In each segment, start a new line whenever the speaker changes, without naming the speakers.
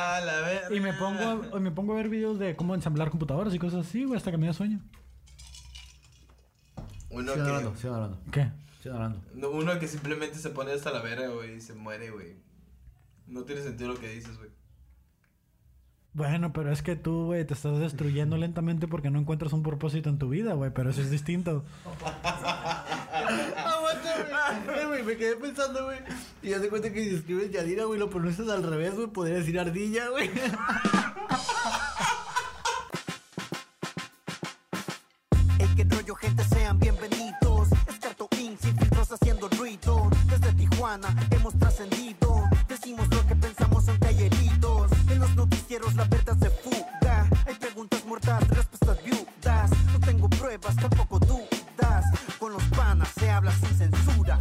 A la verga.
Y me pongo, a, me pongo a ver videos de cómo ensamblar computadoras y cosas así, güey, hasta que me da sueño.
Uno
Sigan hablando,
que,
sigan hablando.
¿Qué?
Sigan hablando.
no, uno que simplemente se pone hasta la verga, güey, y se muere, güey. No tiene sentido lo que dices, güey.
Bueno, pero es que tú, güey, te estás destruyendo lentamente porque no encuentras un propósito en tu vida, güey, pero eso es distinto.
Aguanta, güey. Eh, güey. Me quedé pensando, güey. Y ya se cuenta que si escribes Yadira, güey, lo pronuncias al revés, güey. Podría decir ardilla, güey.
Hey, que rollo, gente, sean bienvenidos. Es Carto Inc, sin filtros haciendo ruido. Desde Tijuana hemos trascendido. Decimos lo que pensamos ante talleritos. En los noticieros la verdad se fuga. Hay preguntas muertas, respuestas viudas. No tengo pruebas, tampoco dudas. Con los panas se habla sin censura.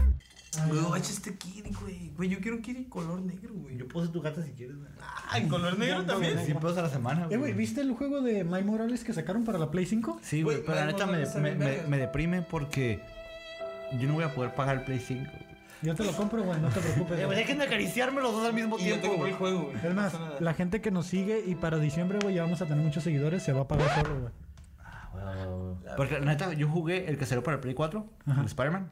Güey, guacha este kitty, güey. Güey, yo quiero un kitty color negro, güey.
Yo puse tu carta si quieres, güey.
Ah, ¿en color negro también?
Cien pesos a la semana,
Eh, güey, ¿viste el juego de Mike Morales que sacaron para la Play 5?
Sí, güey,
Güey,
pero la
Miles
neta me,
Morales
me,
también
me-
vergas.
me deprime porque yo no voy a poder pagar el Play 5.
Yo te lo compro, güey, no te preocupes. güey.
Eh, dejen de acariciarme los dos al mismo
Y yo te
tiempo,
compré el
güey.
juego, güey.
Es más,
Eh, No pasa nada.
la gente que nos sigue y para diciembre, güey, ya vamos a tener muchos seguidores, se va a pagar solo, güey.
Ah, Porque la neta, yo jugué el que salió para el Play 4, el Spider-Man.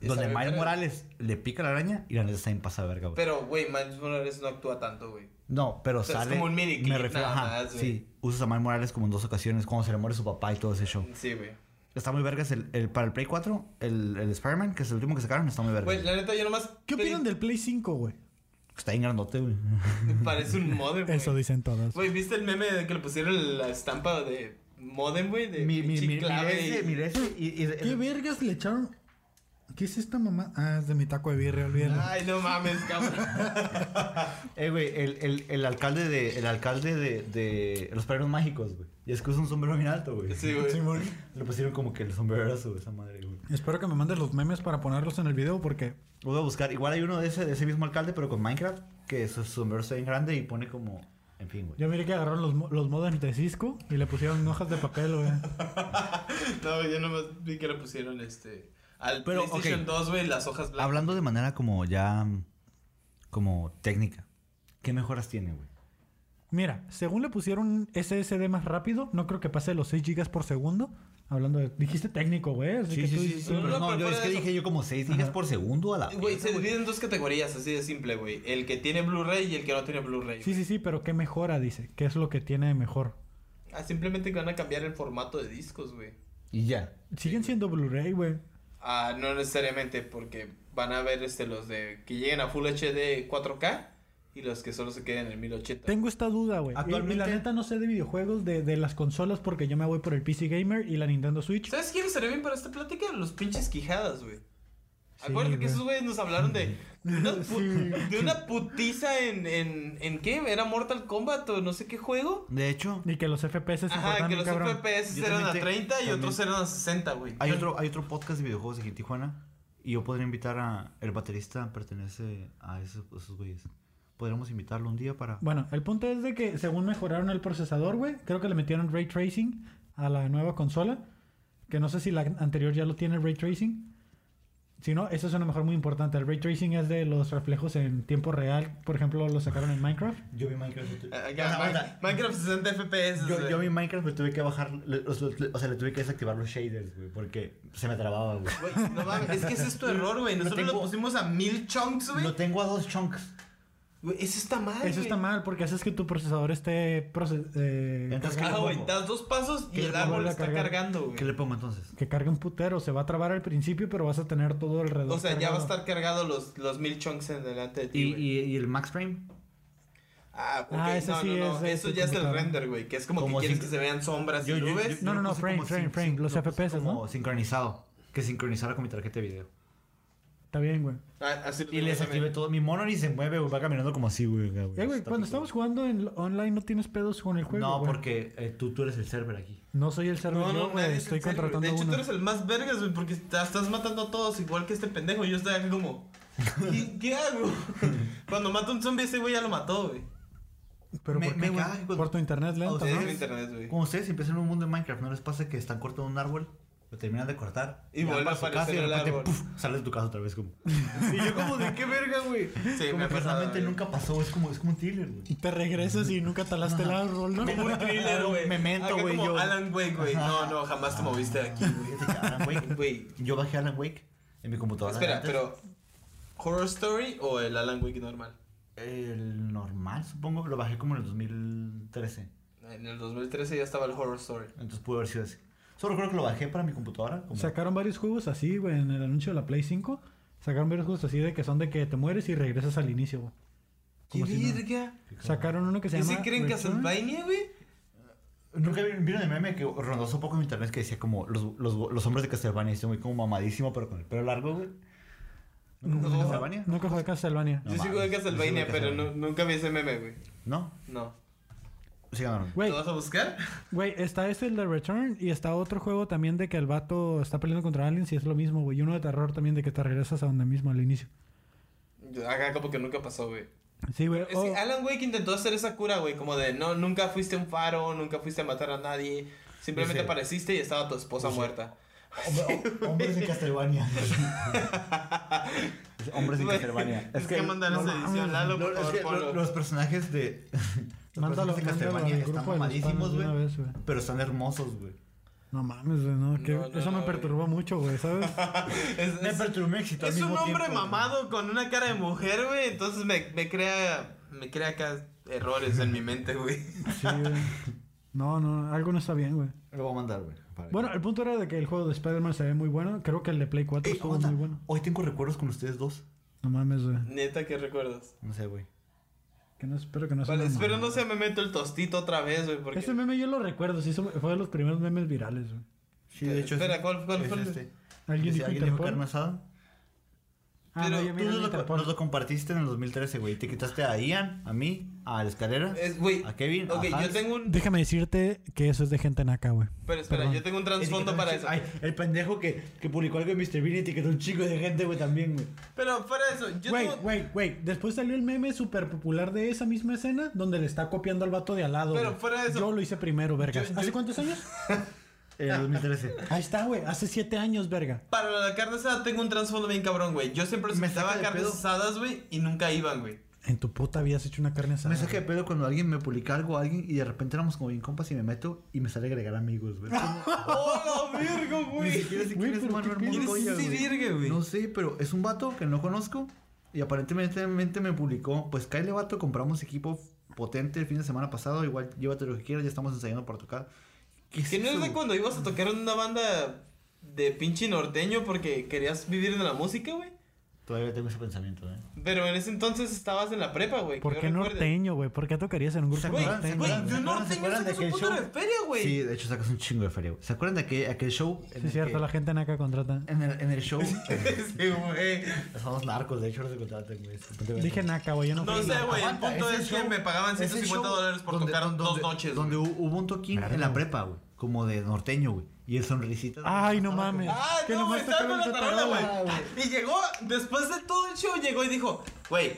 Y
Donde
salió
Miles
verga.
Morales le pica la araña y la neta está en pasada verga, güey.
Pero, güey, Miles Morales no actúa tanto, güey.
No, pero
sea, es
sale.
como un miniclip
Me refiero,
nada
ajá,
más, güey.
sí. Usas a Miles Morales como en dos ocasiones, cuando se le muere su papá y todo ese show.
Sí, güey.
Está muy vergas el, el- para el Play 4, el, el Spider-Man, que es el último que sacaron, está muy vergas.
Güey, Pues, la neta, yo nomás.
¿Qué opinan del Play 5, güey?
Está bien grandote, güey.
Parece un modem, güey.
Eso dicen todas.
Güey, ¿viste el meme de que le pusieron la estampa de modem, güey? De
Mi, mi,
pinche
mi,
clave
mire ese,
y-
mire ese. Y, y-
¿Qué vergas le echaron? ¿Qué es esta mamá? Ah, es de mi taco de birria, olvídalo.
Ay, no mames, cabrón.
eh, güey, el, el, el alcalde de, el alcalde de, de los perros mágicos, güey. Y es que usa un sombrero bien alto, güey.
Sí, güey.
Simón.
Le pusieron como que el sombrero azul, esa madre, güey.
Espero que me mandes los memes para ponerlos en el video porque
Lo voy a buscar. Igual hay uno de ese, de ese mismo alcalde, pero con Minecraft, que su su sombrero está bien grande y pone como. En fin, güey.
yo miré que agarraron los, mo- los modems de Cisco y le pusieron hojas de papel, güey.
No, yo nomás vi que le pusieron este. Al
Pero,
PlayStation
ok.
2, güey, las hojas blancas.
Hablando de manera como ya. mm, como técnica. ¿Qué mejoras tiene, güey?
Mira, según le pusieron un SSD más rápido, no creo que pase los 6 GB por segundo. Hablando de... Dijiste técnico, güey. así que tú dices-
sí.
pero
No,
No,
pero
yo es
fuera
que
de
dije yo como 6 gigas por segundo a la.
Güey, se divide en dos categorías, así de simple, güey. El que tiene Blu-ray y el que no tiene Blu-ray.
Sí, sí, sí, pero ¿qué mejora? Dice. ¿Qué es lo que tiene de mejor?
Ah, simplemente que van a cambiar el formato de discos, güey.
Y ya.
Siguen siendo Blu-ray, güey.
Ah, no necesariamente, porque van a ver este, los de que lleguen a Full HD 4K y los que solo se queden en 1080.
Tengo esta duda, güey.
Actualmente-
Y la neta no sé de videojuegos de, de las consolas porque yo me voy por el PC Gamer y la Nintendo Switch.
¿Sabes quién estaría bien para esta plática? Los pinches quijadas, güey.
Sí,
Acuérdate que
güey.
esos güeyes nos hablaron de, de, una, pu-
Sí.
de una putiza en, en. ¿En qué? ¿Era Mortal Kombat o no sé qué juego?
De hecho,
Y que los FPS se
Ajá,
importan,
que los
cabrón.
FPS
Yo
eran a
también te-
30 y
también.
otros eran a 60, güey.
hay otro, hay otro podcast de videojuegos aquí en Tijuana. Y yo podría invitar a. El baterista pertenece a esos, esos güeyes. Podríamos invitarlo un día para.
Bueno, el punto es de que según mejoraron el procesador, güey, creo que le metieron ray tracing a la nueva consola. Que no sé si la anterior ya lo tiene ray tracing. Si no, eso es una mejor muy importante. El ray tracing es de los reflejos en tiempo real. Por ejemplo, lo sacaron en Minecraft.
Yo vi Minecraft.
Ah, ya, Ma- Minecraft 60 FPS.
Yo,
güey.
yo mi Minecraft me tuve que bajar, le- los- los- o sea, le tuve que desactivar los shaders, güey, porque se me trababa, güey.
Güey, no mames, es que ese es tu error, güey.
Lo
Nosotros lo,
tengo-
pusimos a mil chunks, güey.
Lo tengo a dos chunks.
Güey, Eso está mal.
Eso
güey.
está mal porque haces que tu procesador esté... proce- eh,
Entonces, ¿qué le
Ah, güey,
pongo?
das dos pasos y
Que
el
lo vuelve
árbol
a
está
cargar.
cargando, güey.
¿Qué le pongo entonces?
que cargue un putero. Se va a trabar al principio, pero vas a tener todo alrededor.
O sea, ya va a
cargado.
estar cargado los, los mil chunks en delante de ti,
¿Y,
güey.
y, y el max frame?
Ah, ok,
Ah, ese
no,
sí
no, no,
es de
Eso
tu
ya es el
computadora.
render, güey. Que es como,
Como
que quieres
si-
que se vean sombras y nubes.
yo- No, no,
lo
no,
puse
frame,
como
frame,
sin-
frame,
sin-
los
lo puse
FPS,
como
¿no?
sincronizado. Que sincronizara con mi tarjeta de video.
Está bien, güey.
Ah, así lo
Y le
tengo
desactivé
también.
todo. Mi mono ni se mueve, güey. Va caminando como así, güey. acá,
Eh, güey,
Está
cuando
pico.
estamos jugando en online no tienes pedos con el juego,
No,
güey.
porque eh, tú, tú eres el server aquí.
No soy el servidor,
No, no,
güey.
nadie es
Estoy
el serio,
contratando
güey. De hecho,
uno.
tú eres el más vergas, güey, porque te estás matando a todos igual que este pendejo. Yo estoy aquí como. ¿Qué, qué hago? Cuando mato a un zombie, ese güey ya lo mató, güey.
Pero
Me-
¿por qué,
me
güey?
caga que cuando-
Por tu internet
A
lento,
ustedes-
internet, güey.
Cuando ustedes empiezan en un mundo de Minecraft, ¿no les pasa que están cortando un árbol Lo terminas de cortar.
Y vuelve
vuelve
a aparecer el árbol.
sales de tu casa otra vez como. y yo como de qué verga, güey.
Sí,
como
me ha
que
pasado,
realmente
güey.
nunca pasó, es como, es como un thriller, güey.
Te regresas y nunca talaste el árbol, ¿no?
Como un thriller,
Claro,
güey.
Memento,
Acá
güey,
como
yo.
Alan Wake, güey. No, no, jamás te moviste de aquí, güey.
Fíjate que Alan Wake,
Güey.
Yo bajé Alan Wake en mi computadora. de
Espera,
antes.
pero. ¿Horror Story o el Alan Wake normal?
El normal, supongo, lo bajé como en el 2013.
En el 2013 ya estaba el Horror Story.
Entonces pudo haber sido ese. Solo creo que lo bajé para mi computadora. Como...
Sacaron varios juegos así, güey, en el anuncio de la Play 5. Sacaron varios juegos así de que son de que te mueres y regresas al inicio, güey.
¡Qué
Como si nada.
virga!
Sacaron uno que se
¿Qué
llama...
se creen
Return.
Castlevania, güey?
Nunca vi- vieron el meme que rondó hace poco en internet que decía como los, los, los hombres de Castlevania. Este muy como mamadísimo, pero con el pelo largo, güey. ¿Nunca jugaste
No.
Castlevania?
Nunca jugué a Castlevania.
No
yo sí jugué
mames, yo sí
Castlevania,
jugué
pero no-
Castlevania.
nunca vi ese meme, güey.
¿No?
No.
Sí, no, no.
¿Lo
Güey,
vas a buscar?
güey, está este el de Return y está otro juego también de que el vato está peleando contra aliens y es lo mismo, güey. Y uno de terror también de que te regresas a donde mismo al inicio.
Yo- Acá como que nunca pasó, güey.
Sí, güey. oh,
Es
o-
ah,
que Alan Wake intentó hacer esa cura, güey, como de no, nunca fuiste un faro, nunca fuiste a matar a nadie, simplemente
Dice-
apareciste y estaba tu esposa muerta.
Hombre- hom- hombres de Castlevania. hombres de
Güey,
Castlevania.
Es que mandan
no
esa
mames,
edición, Lalo, por
lo- es
favor,
que
ponlo.
lo- los personajes de. Los
Mándalo,
personajes de
mándalo al
Castlevania están
grupo de los panas
mamadísimos,
de una
güey.
vez, güey.
Pero están hermosos, güey.
No mames, güey, no, que-
No, no,
Eso me
no,
perturbó mucho, güey, ¿sabes?
Es, es-
perturbó éxito.
es un hombre mamado con una cara de mujer, güey, entonces me, me crea, me crea acá errores en mi mente, güey.
Sí, güey. No, no, algo no está bien, güey.
Lo voy a mandar, güey. para que-
Bueno, el punto era de que el juego de Spider-Man se ve muy bueno. Creo que el de Play 4
Ey,
estuvo
aguanta,
muy bueno.
Hoy tengo recuerdos con ustedes dos.
No mames, güey.
Neta, ¿qué recuerdas?
No sé, güey.
Que no, espero que no sea
Vale,
una
espero
mamada.
no se me meto el tostito otra vez, güey, porque...
Ese meme yo lo recuerdo, sí, eso fue de los primeros memes virales, güey.
Sí, de hecho.
Eh, Espera,
es-
¿cuál- cuál
es
fue el-
este.
¿Alguien
Dice,
dijo
¿Alguien dijo
Interpol?
carne asada?
Ah,
Pero
no, yo
Tú
miré el
nos lo,
Interpol.
nos lo compartiste en el 2013, güey. Te quitaste a Ian, a mí, a la escalera.
Es- güey,
a Kevin.
ok,
a
yo
Hans.
tengo un...
Déjame decirte que eso es de gente naca, güey.
Pero espera,
Perdón.
yo tengo un trasfondo
Etiquetó
para
un
eso.
chi- Ay, el pendejo que, que publicó algo en Mr. Bean etiquetó un chico de gente, güey, también, güey.
Pero fuera de eso, yo
Güey,
tengo...
güey, güey. Después salió el meme súper popular de esa misma escena donde le está copiando al vato de al lado.
Pero
güey.
fuera de eso-
Yo lo hice primero, vergas.
Yo- yo-
¿Hace cuántos años?
En el 2013.
Ahí está, güey. Hace siete años, verga.
Para la carne asada tengo un trasfondo bien cabrón, güey. Yo siempre
Me
solicitaba
saca de
carnes
pedo.
asadas, güey, y nunca iban, güey.
En tu puta habías hecho una carne asada.
Me saqué de pedo cuando alguien me publica algo a alguien y de repente éramos como bien compas y me meto y me sale agregar amigos, güey.
¡Oh, la verga,
Ni
güey!
siquiera sé
Güey,
quién es
pero
Manuel
qué pedo.
¿Quién
Montoya,
es ese virgue, güey?
No sé, pero es un vato que no conozco y aparentemente me publicó, pues cáele vato, compramos equipo potente el fin de semana pasado, igual llévate lo que quieras, ya estamos ensayando para tocar. ¿Qué
¿Que no es
eso,
de
güey?
cuando ibas a tocar en una banda de pinche norteño porque querías vivir de la música, güey?
Todavía tengo ese pensamiento, eh.
Pero en ese entonces estabas en la prepa, güey.
¿Por
que
qué
yo recuerde.
norteño, güey? ¿Por qué tocarías en un grupo
Güey,
acuerdan? ¿Se
norteño?
güey,
acuerdan?
de un
¿Se acuerdan? ¿Se
norteño
acuerdan de
sacas un
aquel
puto de
show?
feria, güey.
Sí, de hecho sacas un chingo de feria, güey. ¿Se acuerdan de aquel, aquel show? en
Sí,
el
es cierto,
que-
la gente naca contrata.
En el, en el show.
Sí, güey.
Somos narcos, de hecho, no se contratan, güey.
Dije naca, güey. Yo no,
No
fui.
sé, güey. El
Aguanta,
punto
ese
es que
show-
me pagaban
ese
150
show
dólares por
donde-
tocar
donde-
dos noches.
Donde
güey.
hu- hubo un toquín en la prepa, güey. Como de norteño, güey. Y el sonrisita.
Ay, no
estaba
mames.
Ah,
Que
no,
nomás
güey, estaba con
tocaron
la
esta
tarola,
tarola,
güey. Y llegó, después de todo el show, llegó y dijo, güey,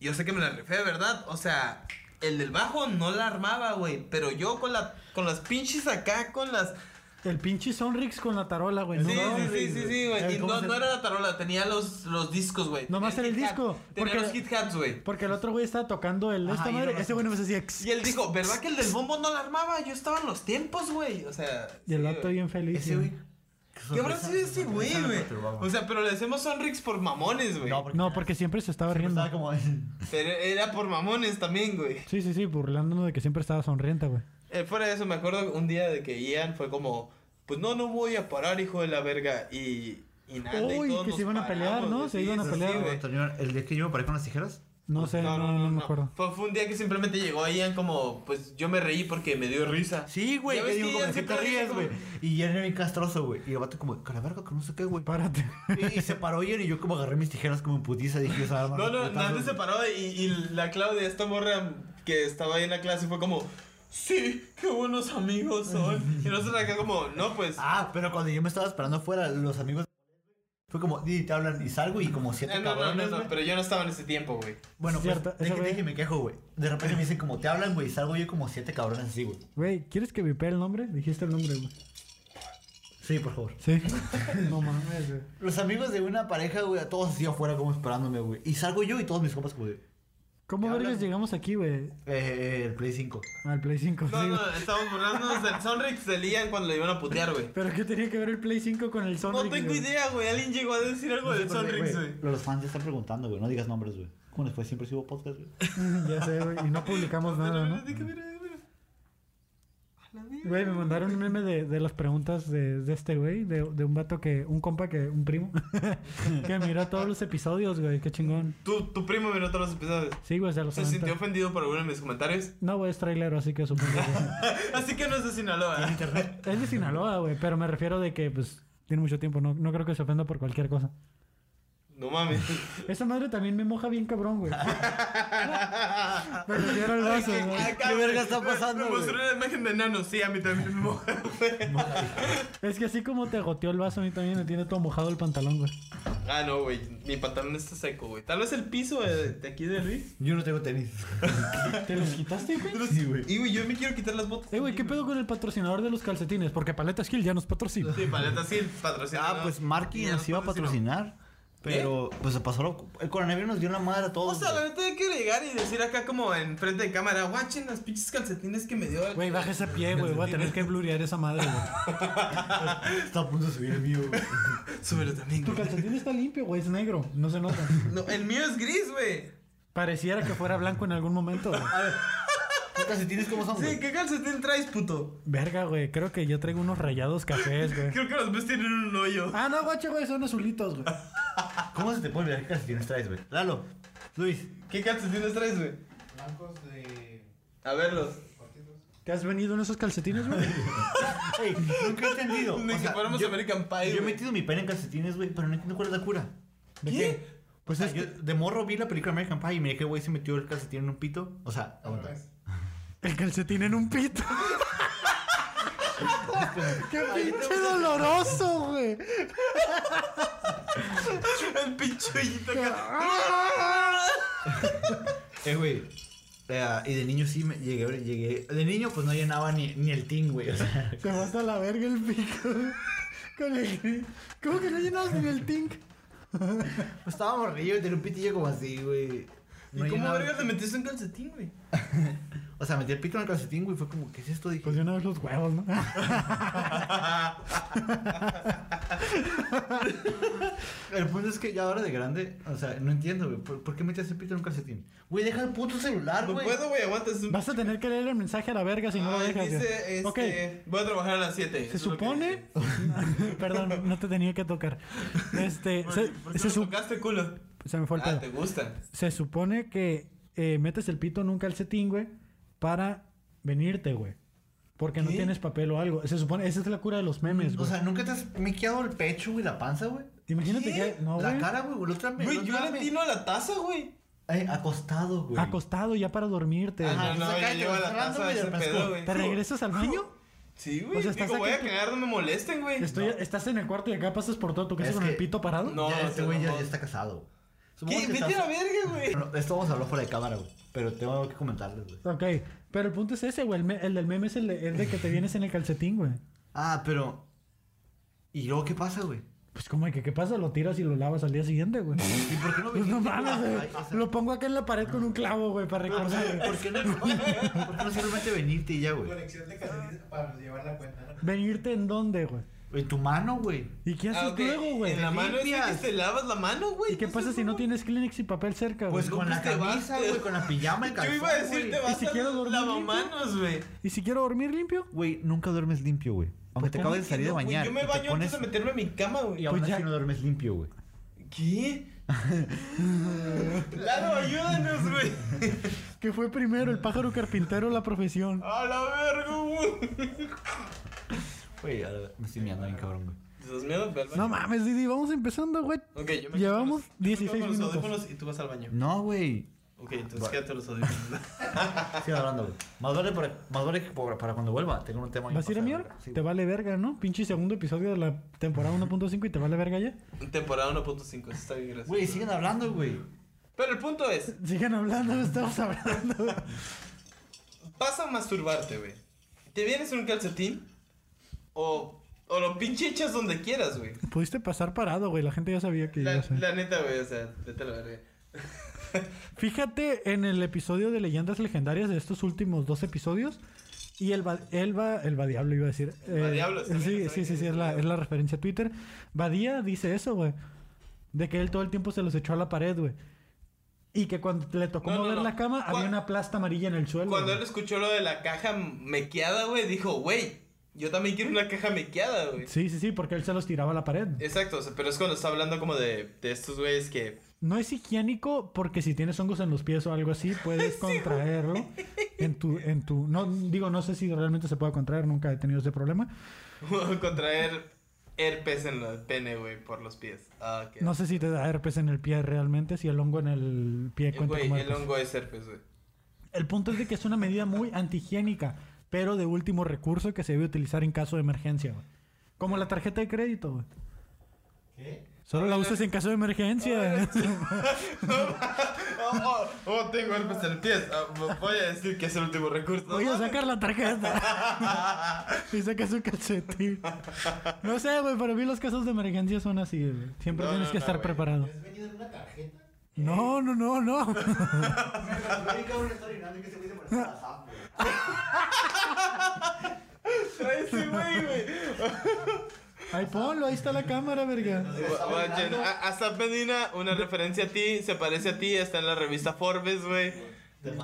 yo sé que me la rifé, ¿verdad? O sea, el del bajo no la armaba, güey, pero yo con, la, con las pinches acá, con las...
El pinche Sonrix con la tarola, güey.
Sí,
No, Eh,
sí,
no,
sí, sí, sí, güey. Y
¿Cómo
no,
se-
no era la tarola, tenía los, los discos, güey.
Nomás
Tenía
era el
hit hat,
disco,
Tenía
porque-
los hit hats, güey.
Porque el otro güey estaba tocando el
Ajá,
esta
y
madre.
no lo
Ese güey nomás hacía.
Y él dijo, ¿verdad que el del bombo no la armaba? Yo estaba en los tiempos, güey. O sea...
Y el
sí,
otro
güey.
bien feliz.
Ese,
güey.
güey.
¿Qué habrá sido ese güey,
Sorpresa me
güey?
perturbaba.
O sea, pero le hacemos Sonrix por mamones, güey.
No, porque,
No, porque siempre se estaba
siempre
riendo.
estaba como.
Pero era por mamones también, güey.
Sí, sí, sí, burlándonos de que siempre estaba sonriente, güey.
Eh, fuera de eso, me acuerdo un día de que Ian fue como, pues no, no voy a parar, hijo de la verga. Y, y nada, y
Uy,
todos
que se
nos
iban a pelear,
paramos,
¿no?
güey.
Se
Sí,
iban a
sí,
pelear.
sí, güey.
Antonio, el día que yo me paré con las tijeras.
No sé, no, no, me
Pues no.
acuerdo.
Fue, fue un día que simplemente llegó Ian como, pues yo me reí porque me dio risa.
Sí, güey.
Ya
Que
ves
digo,
que
como,
Ian
¿de qué te
siempre dice
ríes,
como-
güey? Y ya era bien castroso, güey. Y el vato, como, calaverga, que no sé qué, güey.
Párate.
Y, y se paró Ian y yo, como, agarré mis tijeras como en putiza. Dije, esa arma.
No, no,
putazo,
Nantes se
güey".
paró y, y la Claudia, esta morra que estaba ahí en la clase, fue como, sí, qué buenos amigos son. Y nosotros acá como, no, pues...
Ah, pero cuando yo me estaba esperando afuera, los amigos. Fue como, y te hablan y salgo y como siete
eh, no, no, no,
cabrones.
no,
güey.
pero yo no estaba en ese tiempo, güey.
Bueno, pues,
Cierto, ese
deje-
güey-
deje, me quejo, güey. De repente me dicen como, te hablan, güey, y salgo yo como siete cabrones así, güey.
Güey, ¿quieres que vipee el nombre? Dijiste el nombre, güey.
Sí, por favor.
Sí. No mames, güey.
Los amigos de una pareja, güey, a todos así afuera como esperándome, güey. Y salgo yo y todos mis compas como de...
¿Cómo
¿Qué
vergas
hablas?
llegamos aquí, güey?
Eh, el Play 5.
Al Play 5.
No,
sí,
no,
güey.
estamos burlándonos del Sonrix de Lian cuando lo iban a putear, güey.
¿Pero qué tenía que ver el Play 5 con el Sonic?
No tengo
güey?
idea, güey. Alguien llegó a decir algo del Sonrix, güey.
Pero los fans ya están preguntando, güey. No digas nombres, güey. Como después siempre sigo podcast, güey.
ya sé, güey. Y no publicamos nada, ¿no?
Mira, mira, mira. A la mierda.
Güey, me mandaron un meme de, de las preguntas de, de este güey, de, de un vato que, un compa que, un primo, que miró todos los episodios, güey, qué chingón.
Tu, tu primo miró todos los episodios.
Sí, güey, se los
¿Se
aventó.
sintió ofendido por alguno de mis comentarios?
No, güey, es trailero, así que supongo. que-
Así que no es de Sinaloa.
es de Sinaloa, güey, pero me refiero de que, pues, tiene mucho tiempo, no, no creo que se ofenda por cualquier cosa.
No mames.
Esa madre también me moja bien cabrón, güey. me refiero al vaso, güey.
¿Qué
verga está pasando,
Me mostró una imagen de nano. Sí, a mí también me moja.
Es que así como te goteó el vaso, a mí también me tiene todo mojado el pantalón, güey.
Ah, no, güey. Mi pantalón está seco, güey. Tal vez el piso de, de aquí de Luis.
Yo no tengo tenis.
¿Te los quitaste, güey?
Sí, güey.
Y, güey, yo me quiero quitar las botas.
Eh, güey, ¿qué pedo con el patrocinador de los calcetines? Porque Paleta Skill ya nos patrocina.
Sí, paleta, sí, patrocinado.
Ah, pues Marky
Ya
nos iba a
patrocinó.
patrocinar. Pero,
¿Eh?
pues se pasó. lo- El coronavirus nos dio la madre a
O
todos.
sea, la
güey.
neta hay que llegar y decir acá como en frente de cámara, guachen las pinches calcetines que me dio. el-".
Güey, baja ese pie, güey. Voy a tener que blurear esa madre, güey.
Está a punto de subir el mío, güey.
Súbelo también,
Tu
güey.
calcetín está limpio, güey. Es negro. No se nota.
No, el mío es gris, güey.
Pareciera que fuera blanco en algún momento, güey.
¿Qué calcetines cómo son,
Sí,
güey?
¿qué calcetín traes, puto?
Verga, güey. Creo que yo traigo unos rayados cafés, güey.
Creo que los ves tienen un hoyo.
Ah, no, guacho, güey. Son azulitos, güey.
Ah, ¿Cómo se te puede olvidar qué calcetines traes, güey? Lalo, Luis.
¿Qué calcetines traes, güey?
Blancos de
A verlos.
partidos.
¿Te has venido en esos calcetines, güey?
Ey, nunca he entendido.
Ni
O
que
sea,
fuéramos
yo,
American Pie,
yo he
güey.
metido mi pene en calcetines, güey, pero no entiendo cuál es la cura.
¿De
¿Qué? Ah,
Pues es que de morro vi la película American Pie y me dije, güey, se metió el calcetín en un pito. O sea,
Otra
aguanta.
vez.
El calcetín en un pito. ¡Qué pinche doloroso, güey!
El pinche hoyito acá.
Eh, güey. eh, y de niño sí me llegué, llegué. De niño, pues no llenaba ni, ni el tin, güey. O sea,
Te vas a la verga el pico. Con el... ¿Cómo que no llenabas ni el tink?
pues estaba morrillo y tenía un pitillo como así, güey. No
¿Y cómo
llenaba-
verga te metiste un calcetín, güey?
O sea, metí el pito en el calcetín, güey. Fue como, ¿qué es esto? Dije,
Pues de una vez los huevos, ¿no?
El punto es que ya ahora de grande, o sea, no entiendo, güey. ¿Por, por qué metías el pito en un calcetín? Güey, deja el puto celular,
Ah, No
güey.
puedo, güey, aguanta. Es un...
Vas a tener que leer el mensaje a la verga si no lo
Ay,
dejas.
dice, este,
güey. Ok,
voy a trabajar a las 7.
se supone... Perdón, no te tenía que tocar. Este, se,
¿Por qué
se
me
su-
tocaste culo?
se me fue el
Ah,
pedo.
te gusta.
Se supone que eh, metes el pito en un calcetín, güey, para venirte, güey. Porque no
¿Qué?
tienes papel o algo. Se supone, esa es la cura de los memes,
O
güey.
sea, ¿nunca te has mequeado el pecho, güey, la panza, güey?
Imagínate
¿qué?
que... No,
la
güey.
cara, güey, güey, la otra me-
Güey,
la
yo
otra
le
me-
tiro a la taza, güey.
Ay, acostado, güey.
Acostado ya para dormirte.
Ajá,
Ah,
pues
no,
acá
yo
te
llevo
vas
la taza
jalando,
de
güey,
ese
al frasco.
pedo, güey.
¿Te regresas al baño?
Sí,
O
güey.
sea, estás
Digo, voy a
aquí-
cagar, no me molesten, güey.
Estoy- ¿Estás en el cuarto y acá pasas por toda tu casa
Es
con el
que-
pito parado?
No,
ya, este
se
güey ya,
mamó.
ya está casado. Supongo
¿Qué?
que
Vete a
está-
la verga, güey.
Bueno, esto vamos a hablar fuera de cámara, güey. Pero tengo que comentarles, güey.
Ok, pero el punto es ese, güey. El, me- el del meme es el de, el de que te vienes en el calcetín, güey.
Ah, pero. ¿Y luego qué pasa, güey?
Pues como que, ¿qué pasa? Lo tiras y lo lavas al día siguiente, güey.
¿Y por qué no
Pues no
viniste?
mames, güey.
Ay, o sea,
Lo pongo acá en la pared con un clavo, güey, para recordar. güey.
¿Por qué no, por qué no simplemente venirte y ya, güey?
Colección de calcetines para llevar la cuenta, ¿no?
¿Venirte en dónde, güey?
En tu mano, güey.
¿Y qué haces
Ah, ok.
luego, güey?
En la mano es
Limpias.
que te lavas la mano, güey.
¿Y qué pasa
seas
si no
mamón.
tienes Kleenex y papel cerca, güey?
Pues con la
te vas,
camisa,
te-
güey, con la pijama, el
este Yo iba
calzón,
a decir, te
güey.
vas
si
a
quiero dormir
lavamanos, güey.
¿Y si quiero dormir limpio?
Güey, nunca duermes limpio, güey. Aunque te acabes de salir de
No, güey,
bañar.
Yo me
y te
baño
pones-
antes de meterme en mi cama,
Y
güey.
aún
Pues ya.
así no duermes limpio, güey.
¿Qué? Lalo, ayúdanos, güey.
Que fue primero el pájaro carpintero o la profesión.
A la verga, güey.
Güey, ahora me estoy mirando bien cabrón, güey.
¿Estás miedo? Ve al baño.
No mames, Didi, vamos empezando, güey.
Ok, yo me
Llevamos
quedo con los- yo me quedo
16
con los
minutos.
audífonos y tú vas al baño.
No, güey.
Ok, entonces
Va.
quédate los audífonos.
Sigue hablando, güey. Más vale, para, más vale que por- para cuando vuelva. Tengo un tema. bien
¿Vas a ir a
pasado,
mi hora?
güey. Sí,
te
güey.
vale verga, ¿no? Pinche segundo episodio de la temporada 1.5 y te vale verga ya.
Temporada 1.5, eso está bien gracioso.
Güey, siguen hablando, güey.
Pero el punto es,
Sigan hablando, no estamos hablando.
vas a masturbarte, güey. ¿Te vienes en un calcetín? O, O lo pinche echas donde quieras, güey.
Pudiste pasar parado, güey. La gente ya sabía que
La,
ibas a-
la neta, güey, o sea, vete a la verga.
Fíjate en el episodio de Leyendas Legendarias de estos últimos dos episodios. Y el va, el va, el va diablo iba a decir. Eh,
El va diablo, está bien,
sí,
está
sí,
bien,
sí, sí,
está
es la,
bien.
es la referencia a Twitter. Badía dice eso, güey. De que él todo el tiempo se los echó a la pared, güey. Y que cuando le tocó
No, no,
mover
no.
la cama, había
Cuan-
una plasta amarilla en el suelo.
Cuando
güey.
él escuchó lo de la caja mequeada, güey, dijo, güey, yo también quiero una caja mequeada, güey.
Sí, sí, sí, porque él se los tiraba a la pared.
Exacto, o sea, pero es cuando está hablando como de, de estos güeyes que...
No es higiénico porque si tienes hongos en los pies o algo así, puedes contraerlo en tu, en tu. No, digo, no sé si realmente se puede contraer, nunca he tenido ese problema.
contraer herpes en el pene, güey, por los pies. Ah, ok.
No sé si te da herpes en el pie realmente, si el hongo en el pie
Eh,
cuenta
Güey,
como
el
herpes.
hongo es herpes, güey.
El punto es de que es una medida muy antihigiénica, pero de último recurso que se debe utilizar en caso de emergencia, güey. Como la tarjeta de crédito, güey.
¿Qué?
Solo la usas en caso de emergencia.
Oh, oh, oh, tengo herpes en el pie. voy a decir que es el último recurso.
Voy a sacar la tarjeta. y saca su cachetín. No sé, güey, para mí los casos de emergencia son así, güey. Siempre
No,
tienes
no,
que
no,
estar
güey.
preparado.
¿Has venido en una tarjeta?
No, no, no, no.
Me platica una historia, ¿no? De que se me hizo por la zap, güey. Ah,
Trae ese güey, güey.
Ahí ponlo, ahí está la cámara, verga.
Guachen, a- Hasta Medina, una referencia a ti, se parece a ti, está en la revista Forbes, güey.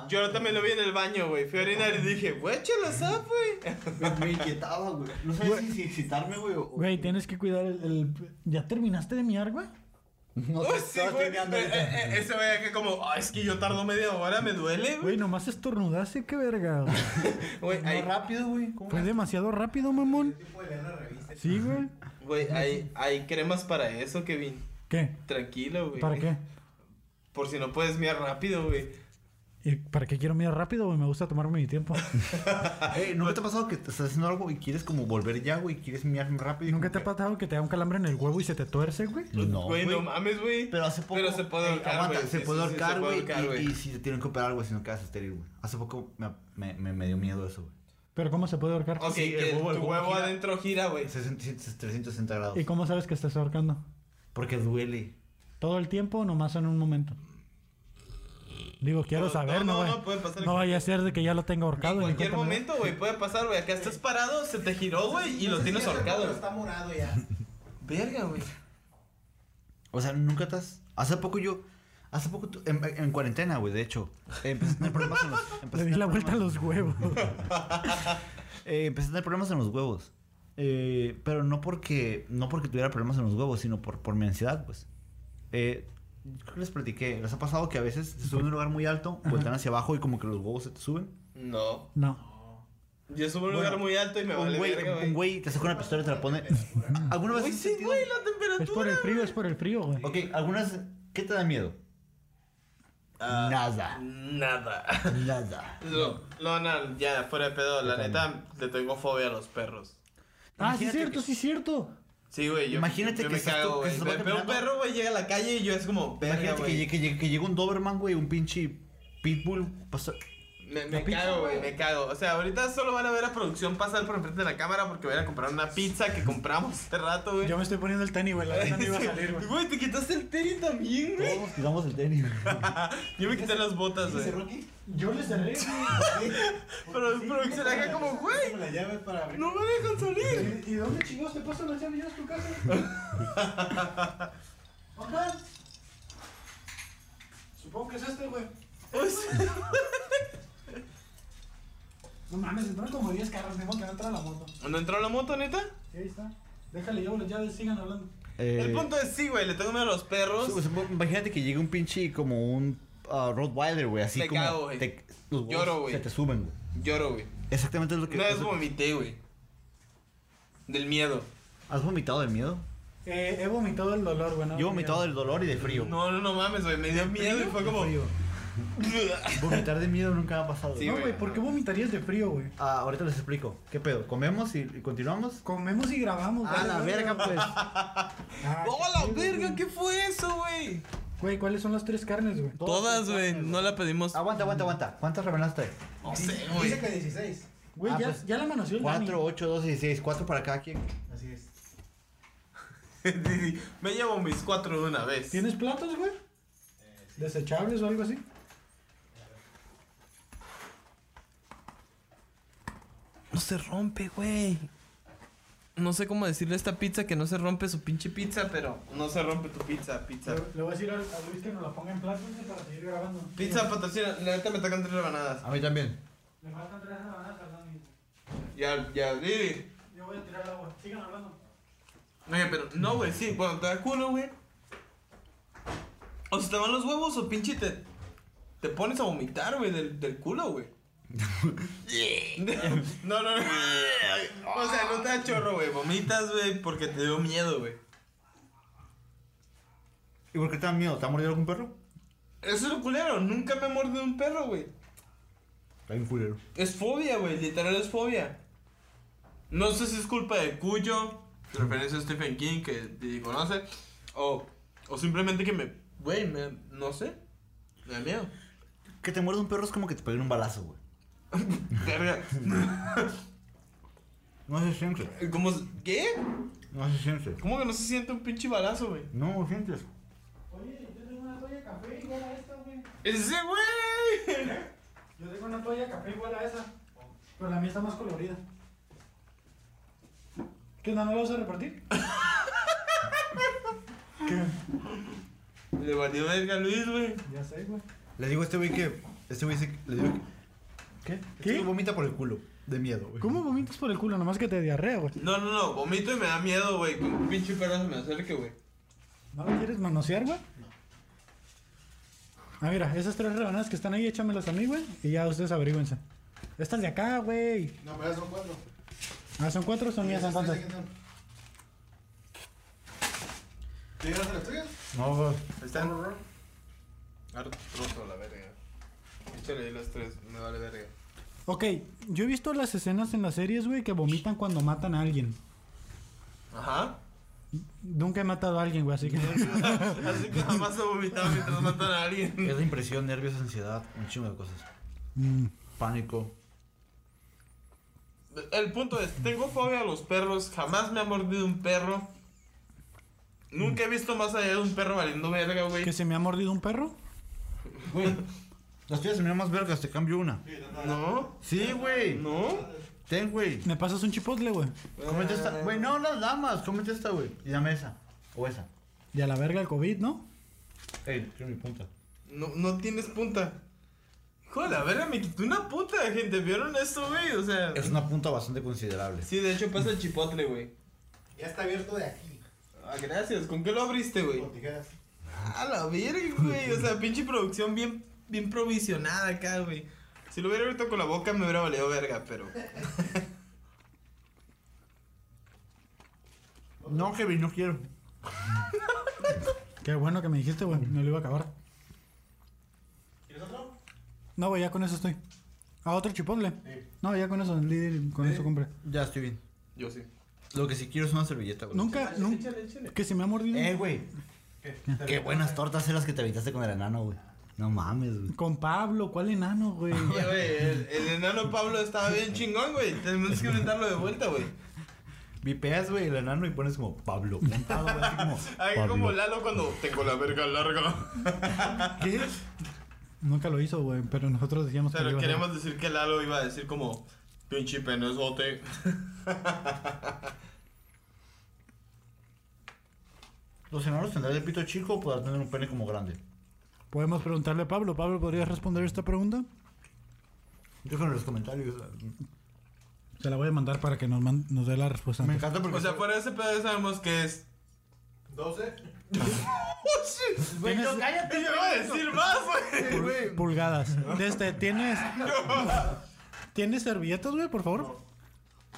Yo también lo vi en el baño, güey. Fui a orinar y dije, güey, chelo, ¿sabes, güey?
Me, me inquietaba, güey. No sabía si, si excitarme, güey, o...
Güey, tienes que cuidar el, el- ¿Ya terminaste de miar, güey?
No
Oh,
sé,
sí,
estaba
güey.
terminando
Eh,
ahorita.
eh, ese güey acá como, "Ah, es que yo tardo media hora, me duele, güey.
Güey, nomás estornudaste, qué verga. güey.
Güey, ahí,
rápido, güey. ¿Cómo?
Fue demasiado rápido, mamón.
Tipo de leer la revista.
Sí, güey.
güey, hay, hay cremas para eso, Kevin.
¿Qué?
Tranquilo, güey.
¿Para qué?
Por si no puedes mirar rápido, güey.
¿Y ¿Para qué quiero miar rápido, güey? Me gusta tomarme mi tiempo.
Ey,
¿Nunca te ha pasado que te estás haciendo algo y quieres como volver ya, güey? ¿Quieres mirar rápido? y
¿Nunca te ha
como
pasado que te da un calambre en el huevo y se te tuerce, güey?
que- No.
Güey, no mames, güey.
Pero hace poco.
Pero se puede
Ey,
ahorcar,
aguanta,
güey.
Se
Sí,
puede
sí, sí, se
ahorcar,
puede
güey.
ahorcar,
y-
güey.
Y, si te tienen que operar, güey, si no quedas estéril, güey. Hace poco me, me, me, me dio miedo eso, güey.
¿Pero cómo se puede ahorcar?
Ok,
Sí, el
que
huevo- el
tu
huevo
huevo
gira.
adentro gira, güey.
60, 360 grados.
¿Y cómo sabes que estás ahorcando?
Porque duele.
¿Todo el tiempo o nomás en un momento? Digo, quiero
No, no,
saber, ¿no,
no,
güey?
no, puede pasar en
No vaya a ser de que ya lo tenga ahorcado.
En
ni
cualquier
cuenta me da.
momento, güey, puede pasar, güey. Acá estás parado, se te giró, güey, y
No
lo
sé
tienes
si hace
ahorcado.
poco
güey.
Está morado ya.
Verga, güey.
O sea, nunca estás. Hace poco yo. Hace poco tú- en, en cuarentena, güey, de hecho. eh, Empecé a tener problemas en los. empecé
Le di
tener
la vuelta a
problemas-
los huevos.
eh, empecé a tener problemas en los huevos. Eh, pero no porque. No porque tuviera problemas en los huevos, sino por, por mi ansiedad, pues. Eh, creo que les platiqué. ¿Les ha pasado que a veces se suben a un lugar muy alto, voltean hacia abajo y como que los huevos se te suben?
No.
No.
Yo subo a un
Bueno,
lugar muy alto y me
un
vale
güey,
verga,
un
güey.
güey te saca una pistola y te la pone. ¿Alguna vez
Uy,
has
sí,
sentido-
güey, la
Es por
temperatura.
el frío, es por el frío, güey.
Ok, algunas. ¿Qué te da miedo? Nada.
Nada.
Nada.
Ah. No, no, no, ya, fuera de pedo. La neta, le tengo fobia a los perros.
Ah, sí,
Imagínate
cierto,
que-
sí, cierto.
Sí, güey, yo,
Imagínate
yo
que
me
estás tú-
cago,
que
güey.
estás
Ve- Veo un
caminando.
perro, güey, llega a la calle y yo es como, verga,
Imagínate que,
güey.
llegue- que, llegue- que llega un Doberman, güey, un pinche Pitbull. pasa-
Me, me
La pizza,
cago, güey,
güey.
me cago. O sea, ahorita solo van a ver a producción pasar por enfrente de la cámara porque voy a ir a comprar una pizza que compramos hace rato, güey.
Yo me estoy poniendo el tenis, güey. La verdad no iba a salir, güey.
Güey, te quitaste el teri también, güey.
Todos nos quitamos el tenis.
Yo me quité las botas,
¿Se
güey.
cerró aquí?
Yo le cerré,
Pero el producción acá como, güey,
La llave para abrir.
no me dejan salir.
¿Y y dónde chingados te pasan las llaves? ¿Ya es tu casa? Ajá. Supongo que es este, güey. No mames, entraron como 10 carros, tengo que entrar a la moto.
¿No entró la moto, neta?
Sí, ahí está. Déjale, llevo las llaves, sigan hablando.
Eh,
El punto es, sí, güey, le tengo miedo a los perros.
su- supo- Imagínate que llegue un pinche como un ah, Rottweiler, güey, así
Me
como.
cago, güey.
te- los huevos
Lloro, güey.
Se te suben, güey.
Lloro, güey.
Exactamente es lo que.
Una vez
eso-
vomité, güey. Del miedo.
¿Has vomitado del miedo?
Eh, he vomitado el dolor, güey. no,
Yo he vomitado
mira.
del dolor y del frío.
No, no, no mames, güey. Me dio miedo y fue como.
Vomitar de miedo nunca me ha pasado.
Sí,
¿no?
No, güey, ¿por qué vomitarías de frío, güey?
Ah, ahorita les explico. ¿Qué pedo? ¿Comemos y, y continuamos?
Comemos y grabamos,
A la verga, pues.
Ah,
¡Oh,
qué
la
chido,
verga!
güey.
¿Qué fue eso, güey?
Güey, ¿cuáles son las tres carnes, güey?
Todas, güey. Ah, No la pedimos.
Aguanta, aguanta, aguanta. ¿Cuántas rebanadas traes?
No sé,
Dice
güey.
que 16.
Güey,
Ah,
ya,
pues,
ya la manoseó el
4,
Dani.
8, 12, 16. 4 para cada quien.
Así es.
Sí, sí, Me llevo mis cuatro de una vez.
¿Tienes platos, güey? ¿Desechables o algo así?
No se rompe, güey. No sé cómo decirle a esta pizza que no se rompe su pinche pizza, pero no se rompe tu pizza, pizza.
Le, le voy a decir a, a Luis que nos la ponga en platos güey, para seguir grabando.
Pizza patrocina, la neta me tocan tres rebanadas.
A mí también.
Le faltan tres rebanadas al Dani.
Ya, ya, Lili.
Yo voy a tirar el agua. Sigan hablando.
Oye, pero no, güey, sí, bueno, te da culo, güey. O si te van los huevos o pinche te, te pones a vomitar, güey, del, del culo, güey. no, no, no. O sea, no te da chorro, güey. Vomitas, güey, porque te dio miedo, güey.
¿Y por qué te da miedo? ¿Te ha mordido algún perro?
Eso es lo culero. Nunca me ha mordido un perro, güey.
Hay un culero.
Es fobia, güey. Literal es fobia. No sé si es culpa de Cuyo, referencia a Stephen King, que te conoce, o, o simplemente que me... Güey, me- no sé. Me da miedo.
Que te muerde un perro es como que te peguen un balazo, güey.
Verga.
No se siente.
¿Cómo, ¿Qué?
No se siente.
¿Cómo que no se siente un pinche balazo, güey?
No sientes.
Oye, yo tengo una toalla café igual a esta, güey.
¡Ese güey!
Yo tengo una toalla café igual a esa. Pero la mía está más colorida. ¿Qué onda? ¿No la vas a repartir?
Le valió verga a Luis, güey.
Ya sé, güey.
Le digo a este güey que. Este güey dice. Le digo que.
¿Qué?
Este güey vomita por el culo. De miedo, güey.
¿Cómo vomitas por el culo? Nomás que te diarrea, güey.
No, no, no. Vomito y me da miedo, güey. Que un pinche perro se me acerque, güey.
¿No la quieres manosear, güey? Ah, mira, esas tres rebanadas que están ahí, échamelas a mí, güey. Y ya ustedes averígüense. Estas de acá, güey.
No, pero son cuatro.
Ah, son cuatro, son mías entonces.
¿Te llegaste a las tuyas?
No, güey.
Está en horror. Harto trozo, la verga. Échale ahí los tres, me vale verga.
Ok, yo he visto las escenas en las series, güey, que vomitan cuando matan a alguien.
Ajá.
Nunca he matado a alguien, güey, así que...
Así que jamás se vomitaba mientras matan a alguien.
Es la impresión, nervios, ansiedad. Un chingo de cosas.
Mm,
Pánico.
El punto es, tengo fobia a los perros, jamás me ha mordido un perro. Nunca he visto más allá de un perro valiendo verga, güey.
¿Que se me ha mordido un perro?
Güey. Las tuyas se miran más vergas, te cambio una.
¿No?
Sí, güey.
¿No?
Ten, güey.
¿Me pasas un chipotle, güey?
Cómete esta. Güey, no las damas. Cómete esta, güey. Y dame esa. O esa.
Y a la verga el COVID, ¿no?
Ey, quiero mi punta.
No, no tienes punta. Hijo de la verga, me quitó una punta, gente. ¿Vieron esto, güey? O sea...
Es una punta bastante considerable.
Sí, de hecho pasa el chipotle, güey.
Ya está abierto de aquí.
Ah, gracias. ¿Con qué lo abriste, güey?
Con tijeras.
A la verga, güey. O sea, pinche producción bien, bien provisionada acá, güey. Si lo hubiera abierto con la boca me hubiera valido verga, pero.
No, Kevin, no quiero.
Qué bueno que me dijiste, güey. Me lo iba a acabar.
¿Quieres otro?
No, güey, ya con eso estoy. ¿A otro chipotle? No, ya con eso, el líder, con eso compré.
Ya estoy bien.
Yo sí.
Lo que sí quiero es una servilleta, güey.
Ah,
Nunca, nunca... ¿Que se me ha mordido? un-
Eh, güey. Qué buenas tortas eran las que te aventaste con el enano, güey. No mames, güey.
Con Pablo, ¿cuál enano, güey?
Oye, güey, el, el enano Pablo estaba bien chingón, güey. Tenemos que inventarlo de vuelta, güey.
Vipeas, güey, el enano y pones como Pablo. Montado, güey, así como.
Ay,
Pablo.
como Lalo cuando tengo la verga larga.
¿Qué?
Nunca lo hizo, güey, pero nosotros decíamos que lo
Pero
iba a hacer.
queremos decir que Lalo iba a decir como pinche penezote.
¿Los enanos tendrán el pito chico o podrán tener un pene como grande?
Podemos preguntarle a Pablo. Pablo, ¿podrías responder esta pregunta?
Déjenlo en los comentarios.
Se la voy a mandar para que nos, man- nos dé la respuesta.
Me
antes.
encanta porque.
O sea, fuera de ese pedo ya sabemos que es.
12.
¡Oh, shit!
Tienes
Yo iba a decir más, güey.
pulgadas. De este, ¿tienes, ¿tienes servilletas, güey, por favor?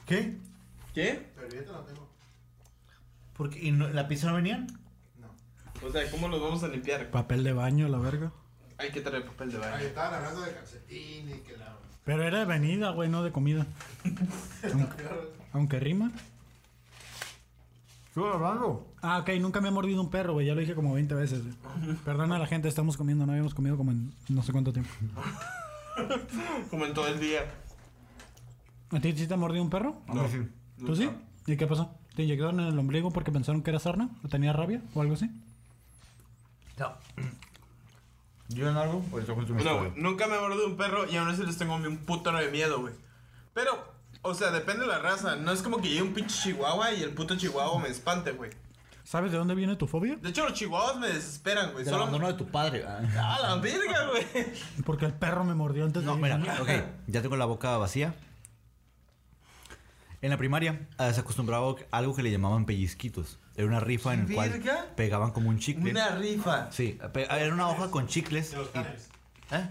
¿Qué?
¿Qué?
Servilleta no tengo.
Porque, ¿Y no- la pizza no venían?
No.
O sea, ¿cómo los vamos a limpiar?
Papel de baño, la verga.
Hay que traer papel de
Ahí
baño.
estaban hablando de calcetín y que la.
Pero era de venida, güey, no de comida. aunque, aunque rima.
Estuve hablando.
Ah, ok, nunca me ha mordido un perro, güey. Ya lo dije como 20 veces. güey. Perdona a la gente, estamos comiendo. No habíamos comido como en no sé cuánto tiempo.
Como en todo el día.
¿A ti sí te mordió un perro?
No, sí.
¿Tú sí?
nunca.
¿Y qué pasó? ¿Te inyectaron en el ombligo porque pensaron que era sarna? ¿O tenía rabia? ¿O algo así?
¿Yo en algo? ¿O estoy con tu
No, güey, nunca me mordió un perro y aún así les tengo un putero de miedo, güey. Pero, o sea, depende de la raza. No es como que llegue un pinche chihuahua y el puto chihuahua me espante, güey.
¿Sabes de dónde viene tu fobia?
De hecho, los chihuahuas me desesperan, güey.
Del abandono
Solo...
de tu padre. ah.
¡A la verga, güey!
Porque el perro me mordió antes
No,
de
mira, ok, ya tengo la boca vacía. En la primaria eh, se acostumbraba a algo que le llamaban pellizquitos. Era una rifa en la cual
¿Verga?
pegaban como un chicle.
Una rifa.
Sí, pe- era una hoja con chicles.
De los
y-
canales.
¿Eh?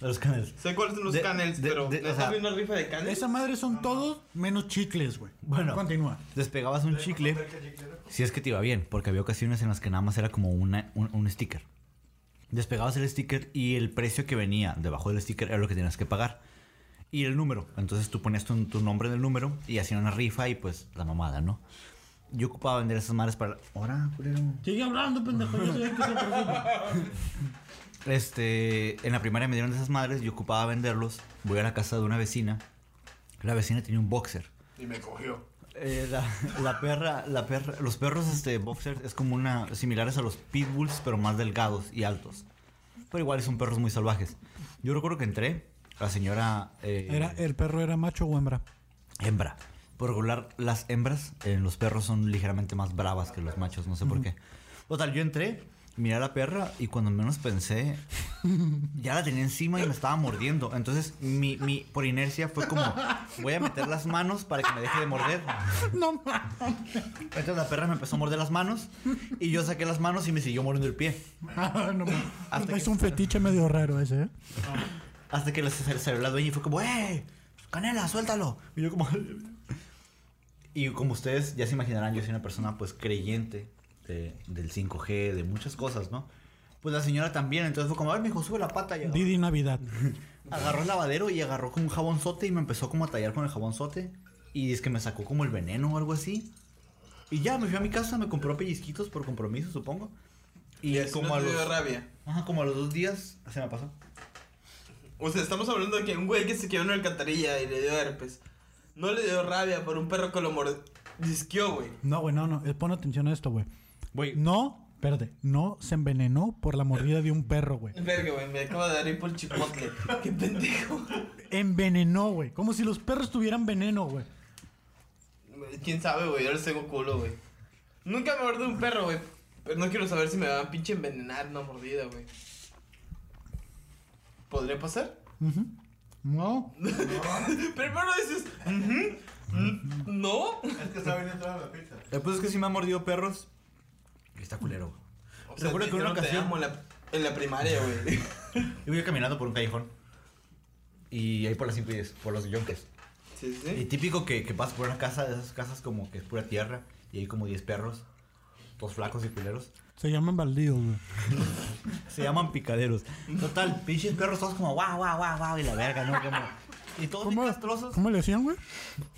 De los canales.
Sé cuáles son los
De-
canels,
de-
pero
de-
¿no
o sea,
estás viendo una rifa de canels?
Esa madre son todos menos chicles, güey.
Bueno.
Continúa.
Despegabas un chicle si es que te iba bien, porque había ocasiones en las que nada más era como una, un, un sticker. Despegabas el sticker y el precio que venía debajo del sticker era lo que tenías que pagar. Y el número. Entonces tú ponías tu, tu nombre en el número y hacían una rifa y pues la mamada, ¿no? Yo ocupaba vender esas madres para... Ahora, culero.
Sigue hablando, pendejo. Yo soy el que se preocupa.
Este, en la primaria me dieron de esas madres, yo ocupaba venderlos. Voy a la casa de una vecina. La vecina tenía un boxer.
Y me cogió.
Eh, la, la perra, la perra, los perros este boxers es como una similares a los pitbulls pero más delgados y altos. Pero igual son perros muy salvajes. Yo recuerdo que entré, la señora eh,
Era, ¿El perro era macho o hembra?
hembra. Por regular las hembras en los perros son ligeramente más bravas que los machos, no sé por qué. Total, yo entré, miré a la perra y cuando menos pensé ya la tenía encima y me estaba mordiendo. Entonces, mi, mi por inercia fue como voy a meter las manos para que me deje de morder.
No mames.
Entonces la perra me empezó a morder las manos y yo saqué las manos y me siguió mordiendo el pie.
Ah, no mames.
Hasta
es
que-
un fetiche medio raro ese, ¿eh?
Hasta que se celebró la dueña y fue como, ¡eh! ¡Canela, suéltalo! Y yo como... Y como ustedes ya se imaginarán, yo soy una persona pues creyente de- del 5G, de muchas cosas, ¿no? Pues la señora también, entonces fue como, a ver, mijo, sube la pata y agarró,
Didi Navidad.
agarró el lavadero y agarró como un jabonzote y me empezó como a tallar con el jabonzote y es que me sacó como el veneno o algo así. Y ya, me fui a mi casa, me compró pellizquitos por compromiso, supongo. Y,
Y como
como
no
a
te
los...
dio rabia.
Ajá, como a los dos días se me pasó.
O sea, estamos hablando de que un güey que se quedó en una alcantarilla y le dio herpes. No le dio rabia por un perro que lo mordisqueó, güey.
No, güey, no, no. Eh, Pon atención a esto, güey.
Güey,
No, espérate. No se envenenó por la mordida de un perro, güey.
Verga, güey, me acaba de dar hipo el chipotle. Qué pendejo.
Envenenó, güey. Como si los perros tuvieran veneno, güey.
Quién sabe, güey, yo le tengo culo, güey. Nunca me mordió un perro, güey. Pero no quiero saber si me va a pinche envenenar una mordida, güey. ¿Podría pasar?
Ujú. No.
Primero dices, "Ujú, mm, no.
Es que saben entrar a la pizza.
eh, pues es que sí me han mordido perros. Y Está culero.
O
Te juro
te
que una
dijeron, "Te
ocasión-
amo en la, en la primaria, güey.
Yo voy caminando por un callejón. Y ahí por las 5 y 10, por los yonques.
Sí, sí,
Y
sí.
típico que, que pasas por una casa, de esas casas como que es pura tierra. Y hay como 10 perros, todos flacos y culeros.
Se llaman baldíos, güey.
Se llaman picaderos. Total, pinches perros todos como guau, guau, guau, guau. Y la verga, ¿no? Como- y todos bien castrosos.
¿Cómo le decían, güey?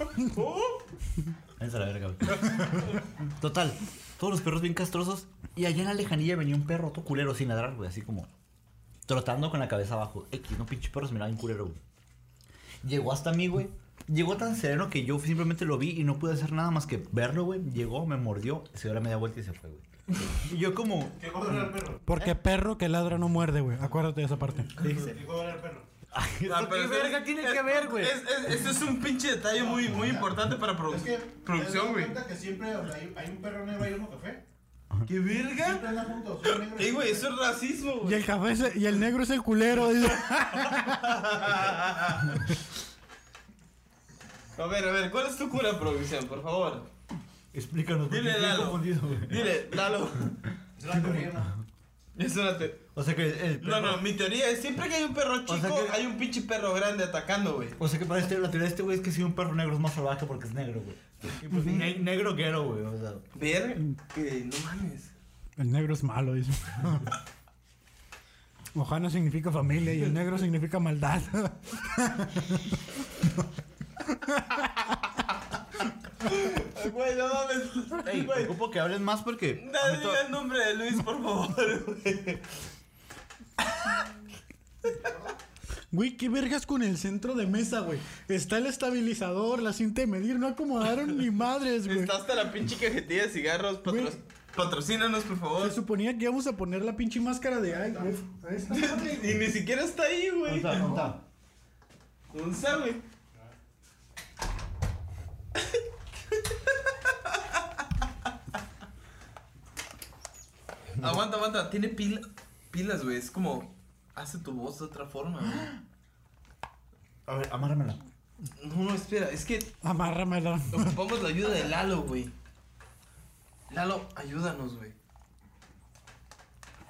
Váyanse a la verga, güey. Total, todos los perros bien castrosos. Y allá en la lejanía venía un perro todo culero sin ladrar, güey. Así como trotando con la cabeza abajo. X, no pinche perro, se miraba bien culero, güey. Llegó hasta mí, güey. Llegó tan sereno que yo simplemente lo vi y no pude hacer nada más que verlo, güey. Llegó, me mordió, se dio la media vuelta y se fue, güey. Y yo como...
¿Qué gordo era el perro?
Porque perro que ladra no muerde, güey. Acuérdate de esa parte.
¿Qué gordo era el perro?
"Ay, ¿esto
Ah, pero
¿Qué
es-
verga tiene
es-
que ver, güey?
Es, es, este es un pinche detalle muy, muy importante para produ-
Es que.
producción, güey.
¿Te das cuenta que siempre o sea, hay, hay un perro negro y uno café?
¡Qué verga!
Siempre andan juntos. un negro y
Ey,
un
güey,
café.
eso es racismo,
Y
güey.
el café es- y el negro es el culero. dice.
A ver, a ver, ¿cuál es tu cura, producción? Por favor.
Explícanos, porque
Dile,
estoy
Lalo.
confundido, güey.
Dile, Lalo.
Es una teoría.
Es una te-
O sea que el
No,
perro-
no, mi teoría es siempre que hay un perro chico,
O sea que-
hay un pinche perro grande atacando, güey.
O sea que para este, la teoría de este güey es que si un perro negro es más salvaje porque es negro, güey. Y pues, ne- negro guero, güey. O sea,
Ver que no mames.
El negro es malo, dice. Ojana significa familia y el negro significa maldad.
Ay, Güey, no mames.
ey,
güey.
preocupo que hablen más porque. a
Nadie
mí to-
diga el nombre de Luis, por favor, güey.
Güey, qué vergas con el centro de mesa, güey. Está el estabilizador, la cinta de medir, no acomodaron ni madres, güey.
Está hasta la pinche cajetilla de cigarros. patro-
Güey.
Patrocínanos, por favor.
Se suponía que íbamos a poner la pinche máscara de ay, güey.
Ahí está.
Y ni siquiera está ahí,
¿Dónde
güey.
está? ¿Dónde está?
¿Dónde está, güey? aguanta, aguanta. Tiene pila- pilas, güey. Es como... Hace tu voz de otra forma, güey.
A ver, amárramela.
No, no, espera. Es que
Amárramela.
ocupamos la ayuda de Lalo, güey. Lalo, ayúdanos, güey.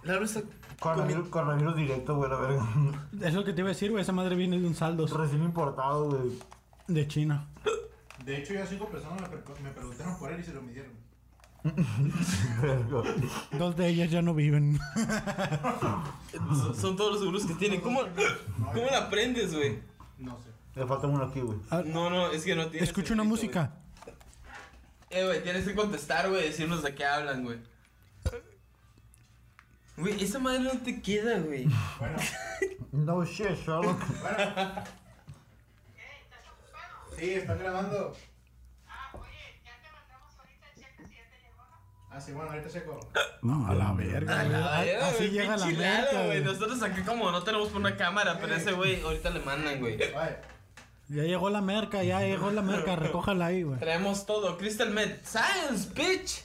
Lalo está... eh,
Coronavirus, coronavirus directo, güey, la verga.
Es lo que te iba a decir, güey. Esa madre viene de un saldo
Recién importado, güey.
de China.
De hecho, ya cinco personas me, per- me preguntaron por él y se lo midieron.
Verga.
Dos de ellas ya no viven.
Son, son todos los seguros que tienen. ¿Cómo, ¿cómo la aprendes, güey?
No sé.
Le falta uno aquí, güey.
No, no, es que no tiene.
Escucha Ah, una
sentido,
música.
güey. Eh, güey, tienes que contestar, güey, decirnos de qué hablan, güey. Güey, esa madre no te queda, güey.
Bueno,
No shit, Sherlock.
bueno. Sí, está grabando. Ah, sí, bueno, ahorita checo.
No, a la verga, güey. A- Así llega la
Ah, pinche Lalo,
verga,
güey.
güey.
Nosotros aquí como no tenemos por una cámara, pero ese güey ahorita le mandan, güey.
Vale.
Ya llegó la merca, ya llegó la merca. Recójala ahí, güey.
Traemos todo. Crystal Med Science, bitch.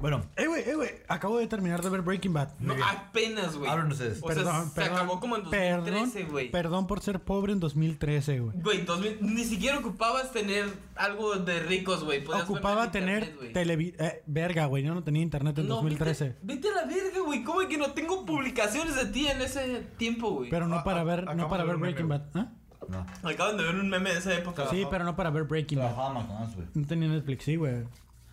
Bueno,
Eh, güey, eh, güey. Acabo de terminar de ver Breaking Bad.
No, apenas, güey.
Hablen ustedes.
O sea, se acabó como en 2013, güey.
Perdón por ser pobre en 2013, güey.
Güey, 2000 ni siquiera ocupabas tener algo de ricos, güey. Podías verlo en
Ocupaba
internet,
tener
güey.
televi- eh, verga, güey. Yo no tenía internet en
No,
2013.
Vete, vete a la verga, güey. ¿Cómo que no tengo publicaciones de ti en ese tiempo, güey?
Pero no
A-
ah,
para
a-
ver, no
acabo
para
de
ver
ver un
Breaking Bad.
meme.
¿Ah?
no.
Acaban de ver un meme de esa época.
Sí, pero no para ver Breaking Bad.
Trabajaba McDonald's, güey.
No tenía Netflix, sí, güey.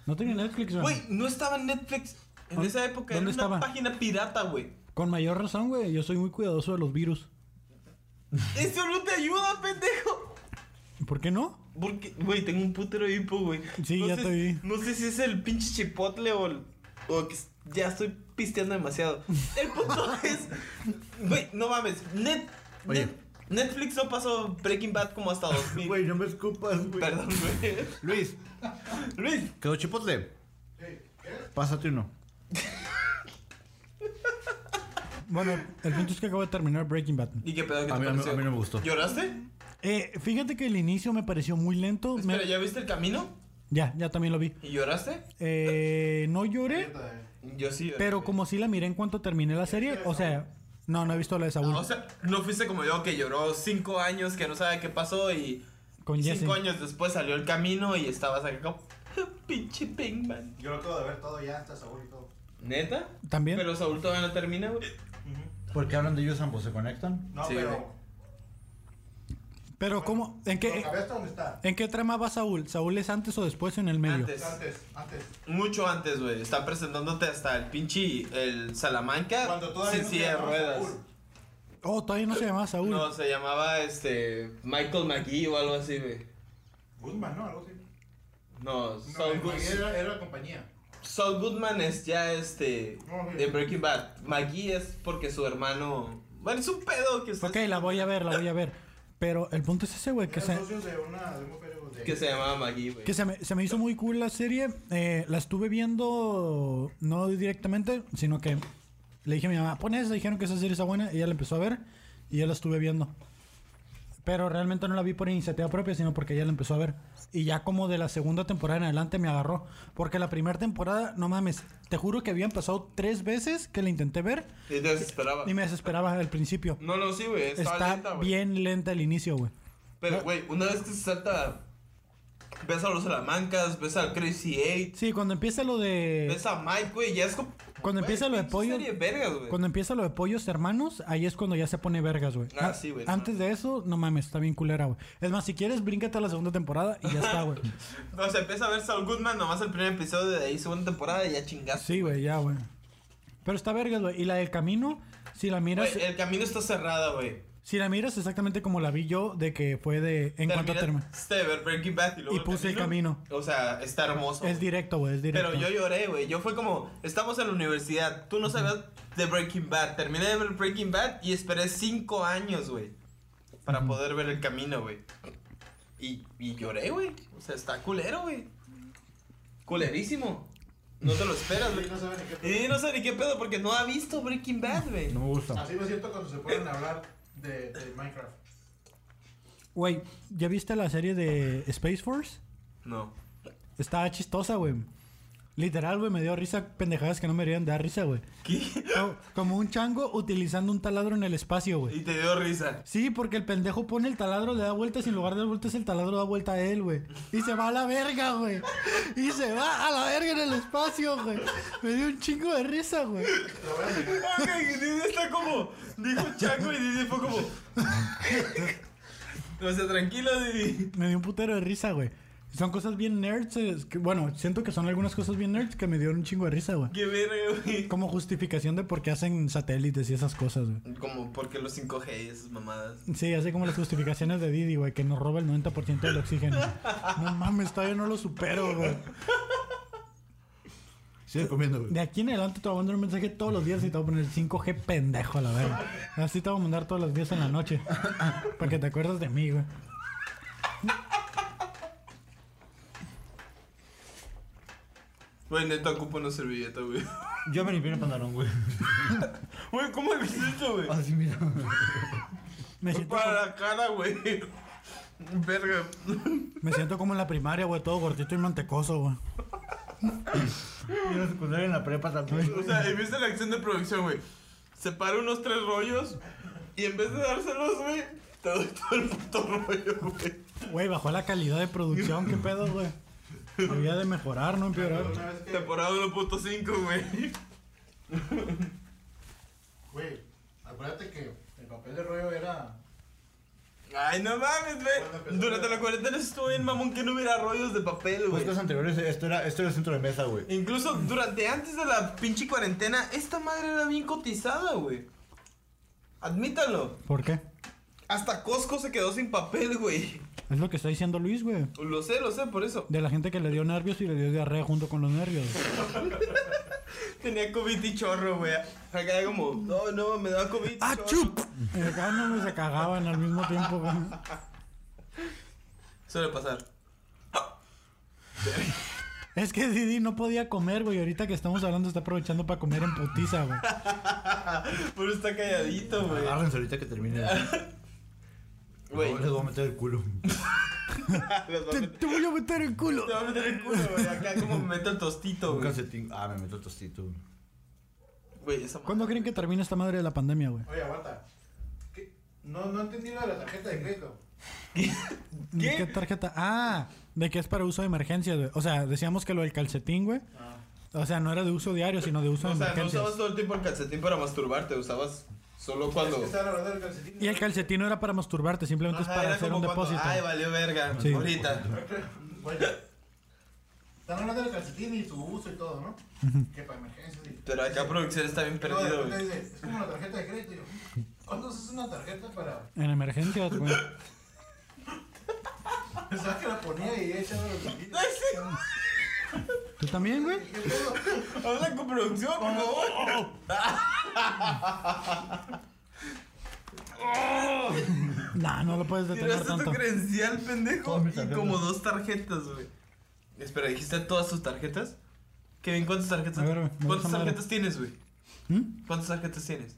No tenía Netflix, güey.
Güey, no estaba en Netflix. En
¿Dó-
esa época
dónde
era
estaba?
una página pirata, güey.
Con mayor razón, güey. Yo soy muy cuidadoso de los virus.
Eso no te ayuda, pendejo.
¿Por qué no?
Porque, güey, tengo un putero de hipo, güey.
Sí,
no
ya
sé,
te vi.
No sé si es el pinche chipotle o, el- o que s- ya estoy pisteando demasiado. El punto es. Güey, no mames. Net,
Oye.
Net- Netflix no pasó Breaking Bad como hasta 2000.
Güey, no me escupas, güey.
Perdón, güey.
Luis,
Luis,
quedó chipotle. Pásate uno.
Bueno, el punto es que acabo de terminar Breaking Bad.
¿Y qué pedo que
A
te
mí- a mí-
pareció?
a mí no me gustó.
¿Lloraste?
Eh, fíjate que el inicio me pareció muy lento. Me-
Espera, ¿ya viste el camino?
Ya, ya también lo vi.
¿Y lloraste?
Eh, no lloré,
Yo sí. lloré.
pero como sí la miré en cuanto terminé la serie, o sea, no, no he visto la de Saúl
O sea, no fuiste como yo que lloró cinco años que no sabe qué pasó y
con Jesse.
cinco años después salió el camino y estabas acá como pinche Pinkman.
Yo lo acabo de ver todo ya, hasta Saúl y todo.
¿Neta?
También.
Pero Saúl todavía no termina, güey.
¿Por qué hablan de ellos ambos? ¿Se conectan?
No,
Sí, güey.
pero.
Pero ¿cómo? ¿En qué,
¿Sabes hasta dónde está?
en qué trama va Saúl? ¿Saúl es antes o después o en el medio?
Antes.
Antes, antes.
Mucho antes, güey. Está presentándote hasta el pinche el Salamanca
Cuando todavía
sin
no se
silla de
llamaba
ruedas.
Saúl.
Oh, todavía no se llamaba Saúl.
No, se llamaba este Michael McGee o algo así, güey.
Goodman, ¿no? Algo así.
No,
No,
Saul
el
Goodman.
Goodman era, era la compañía.
Saul Goodman es ya este
Ok.
de Breaking Bad. McGee es porque su hermano. Bueno, es un pedo que
Ok,
ustedes-
la voy a ver, la voy a ver. Pero el punto es ese, güey, que
Eran
se,
socios de una. De una feria de-
que se llamaba McGee, güey.
que se me, se me hizo muy cool la serie. Eh, la estuve viendo no directamente, sino que le dije a mi mamá, pon esa, dijeron que esa serie está buena, ella la empezó a ver y yo la estuve viendo. Pero realmente no la vi por iniciativa propia, sino porque ella la empezó a ver. Y ya como de la segunda temporada en adelante me agarró. Porque la primera temporada, no mames, te juro que habían pasado tres veces que la intenté ver
Y te desesperaba.
y me desesperaba al principio.
No, no, sí, güey. Estaba
Está
lenta, güey.
bien lenta el inicio, güey.
Pero, güey, una vez que se salta. Ves a los Salamancas, ves al Crazy Eight,
Sí, cuando empieza lo de.
ves a Mike, güey. Ya es como.
Cuando
güey,
empieza lo de
pinche
pollo-
serie de vergas, güey.
Cuando empieza lo de pollos hermanos, ahí es cuando ya se pone vergas, güey.
Ah,
A-
sí, güey,
Antes de eso, no mames, está bien culera, güey. Es más, si quieres, bríncate a la segunda temporada y ya está, güey.
O sea, empieza a ver Saul Goodman, nomás el primer episodio de ahí, segunda temporada, y ya chingaste.
Sí, güey, ya, güey. Pero está vergas, güey. Y la del camino, si la miras,
Güey, el camino está cerrado, güey.
si la miras exactamente como la vi yo, de que fue de. En cuanto termina.
Terminaste este de ver Breaking Bad y luego.
Y puse el
O sea, está hermoso.
Es directo, güey, es directo.
Pero yo lloré, güey. Yo fue como, estamos en la universidad, tú no sabías de Breaking Bad. Terminé de ver Breaking Bad y esperé cinco años, güey. para poder ver el camino, güey. Y, y lloré, güey. O sea, está culero, güey. Culerísimo. No te lo esperas, güey.
no saben ni qué pedo.
Y no sé ni qué pedo porque no ha visto Breaking Bad, güey.
No me gusta.
Así me siento cuando se ponen a hablar de, de Minecraft.
Güey, ¿ya viste la serie de Space Force?
No.
Está chistosa, güey. Literal, güey, me dio risa pendejadas que no me deberían dar risa, güey.
¿Qué?
Co- Como un chango utilizando un taladro en el espacio, güey.
Y te dio risa.
Sí, porque el pendejo pone el taladro, le da vueltas y en lugar de dar vueltas el taladro da vuelta a él, güey. Y se va a la verga, güey. Y se va a la verga en el espacio, güey. Me dio un chingo de risa, güey.
Ok, Didi está como. Dijo Chaco y Didi fue como. O sea, tranquilo, Didi.
Me dio un putero de risa, güey. Son cosas bien nerds. es que- bueno, siento que son algunas cosas bien nerds que me dieron un chingo de risa, güey.
Qué verga, güey.
Como justificación de por qué hacen satélites y esas cosas, güey.
Como porque los 5G y esas mamadas.
Sí, hace como las justificaciones de Didi, güey, que nos roba el 90% del oxígeno. No mames, todavía no lo supero, güey.
Sigue comiendo, güey.
De aquí en adelante te voy a mandar un mensaje todos los días y te voy a poner 5G pendejo a la verga. Así te voy a mandar todos los días en la noche. Para que te acuerdes de mí, güey.
Güey, neta, ocupo una servilleta, güey.
Yo me limpié el pantalón, güey.
Güey, ¿cómo es esto, güey?
Así, mira.
Me siento,
Para la cara, güey. Verga.
me siento como en la primaria, güey, todo gordito y mantecoso, güey.
Y en la secundaria en la prepa también.
O sea, y viste la acción de producción, güey. Separa unos tres rollos y en vez de dárselos, güey, te doy todo el puto rollo, güey.
Güey, bajó la calidad de producción, qué pedo, güey. Había de mejorar, no empeorar.
Una vez que,
Temporada 1.5, güey.
güey, acuérdate que el papel de rollo era.
Ay, no mames,
Cuando empezó, Pues
güey. Durante
güey.
la cuarentena estuve en mamón que no hubiera rollos de papel,
Pues,
güey.
Puestos anteriores, esto era, esto era el centro de mesa, güey.
Incluso durante antes de la pinche cuarentena, esta madre era bien cotizada, güey. Admítalo.
¿Por qué?
Hasta Costco se quedó sin papel, güey.
Es lo que está diciendo Luis, güey.
Lo sé, lo sé, por eso.
De la gente que le dio nervios y le dio diarrea junto con los nervios.
Tenía COVID y chorro, güey. Acá como, no, no, me da COVID. y
¡Ah,
chorro.
chup! Y acá no me se cagaban al mismo tiempo, güey.
Suele pasar.
Es que Didi no podía comer, güey. Ahorita que estamos hablando está aprovechando para comer en putiza, güey.
Pero está calladito, güey.
Ah,
Agárrense ahorita que termine.
Güey,
No, les voy a meter el culo.
les va a
Te,
meter-
te voy a meter el culo.
te va a meter el culo, güey. Acá como me meto el tostito,
Un
güey.
calcetín. Ah, me meto el tostito. güey.
Güey, esa madre.
¿Cuándo creen que termine esta madre de la pandemia, güey?
Oye, aguanta. ¿Qué? No, no entendí lo de la tarjeta de crédito.
¿De qué tarjeta? Ah, de que es para uso de emergencia, güey. O sea, decíamos que lo del calcetín, güey. O sea, no era de uso diario, sino de uso
O
de
sea, no
emergencia.
usabas todo el tiempo el calcetín para masturbarte, usabas solo
Es
cuando.
que estaban hablando del calcetín.
Y el calcetín no era para masturbarte, simplemente
Ajá,
es para
era
hacer
como
un
cuando,
depósito.
Ay, valió verga.
Sí.
Ahorita.
Bueno, están hablando del calcetín y su uso y todo, ¿no? Que para emergencias y.
Pero acá producción está bien perdido,
No, de
güey.
repente dice, es como la tarjeta de crédito. Y yo, ¿Cuándo usas una tarjeta para.?
En emergencias, güey.
Pensaba que la ponía y echaba los calcetines.
¿Tú también, güey?
¿Qué pedo?
Habla con producción, por favor.
Nah, no lo puedes detener
Tiraste tu
tanto.
credencial, pendejo.
Todas mis
Y
tarjetas.
como dos tarjetas, güey. Espera, ¿dijiste todas tus tarjetas? Kevin, ¿cuántas tarjetas?
A ver, güey, me
¿Cuántas
gusta madre.
tarjetas tienes, güey?
¿Mm?
¿Cuántas tarjetas tienes?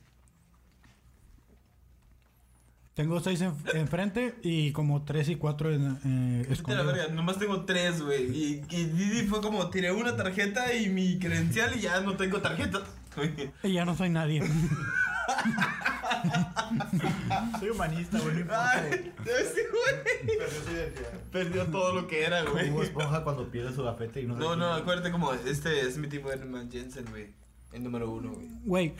Tengo seis en- enfrente y como tres y cuatro en, eh,
Vete a la
escondidos.
verga, nomás tengo tres, güey. Y, y Didi fue como, tiré una tarjeta y mi credencial y ya no tengo tarjetas. güey.
Y ya no soy nadie.
Soy humanista, güey. no importa, güey.
Ay, ese güey
Perdió su identidad.
Perdió todo lo que era, güey.
Hugo Esponja cuando pierde su gafete y no
No, no, acuérdate como, este es mi tipo de Herman Jensen, güey. El número uno, güey.
Güey.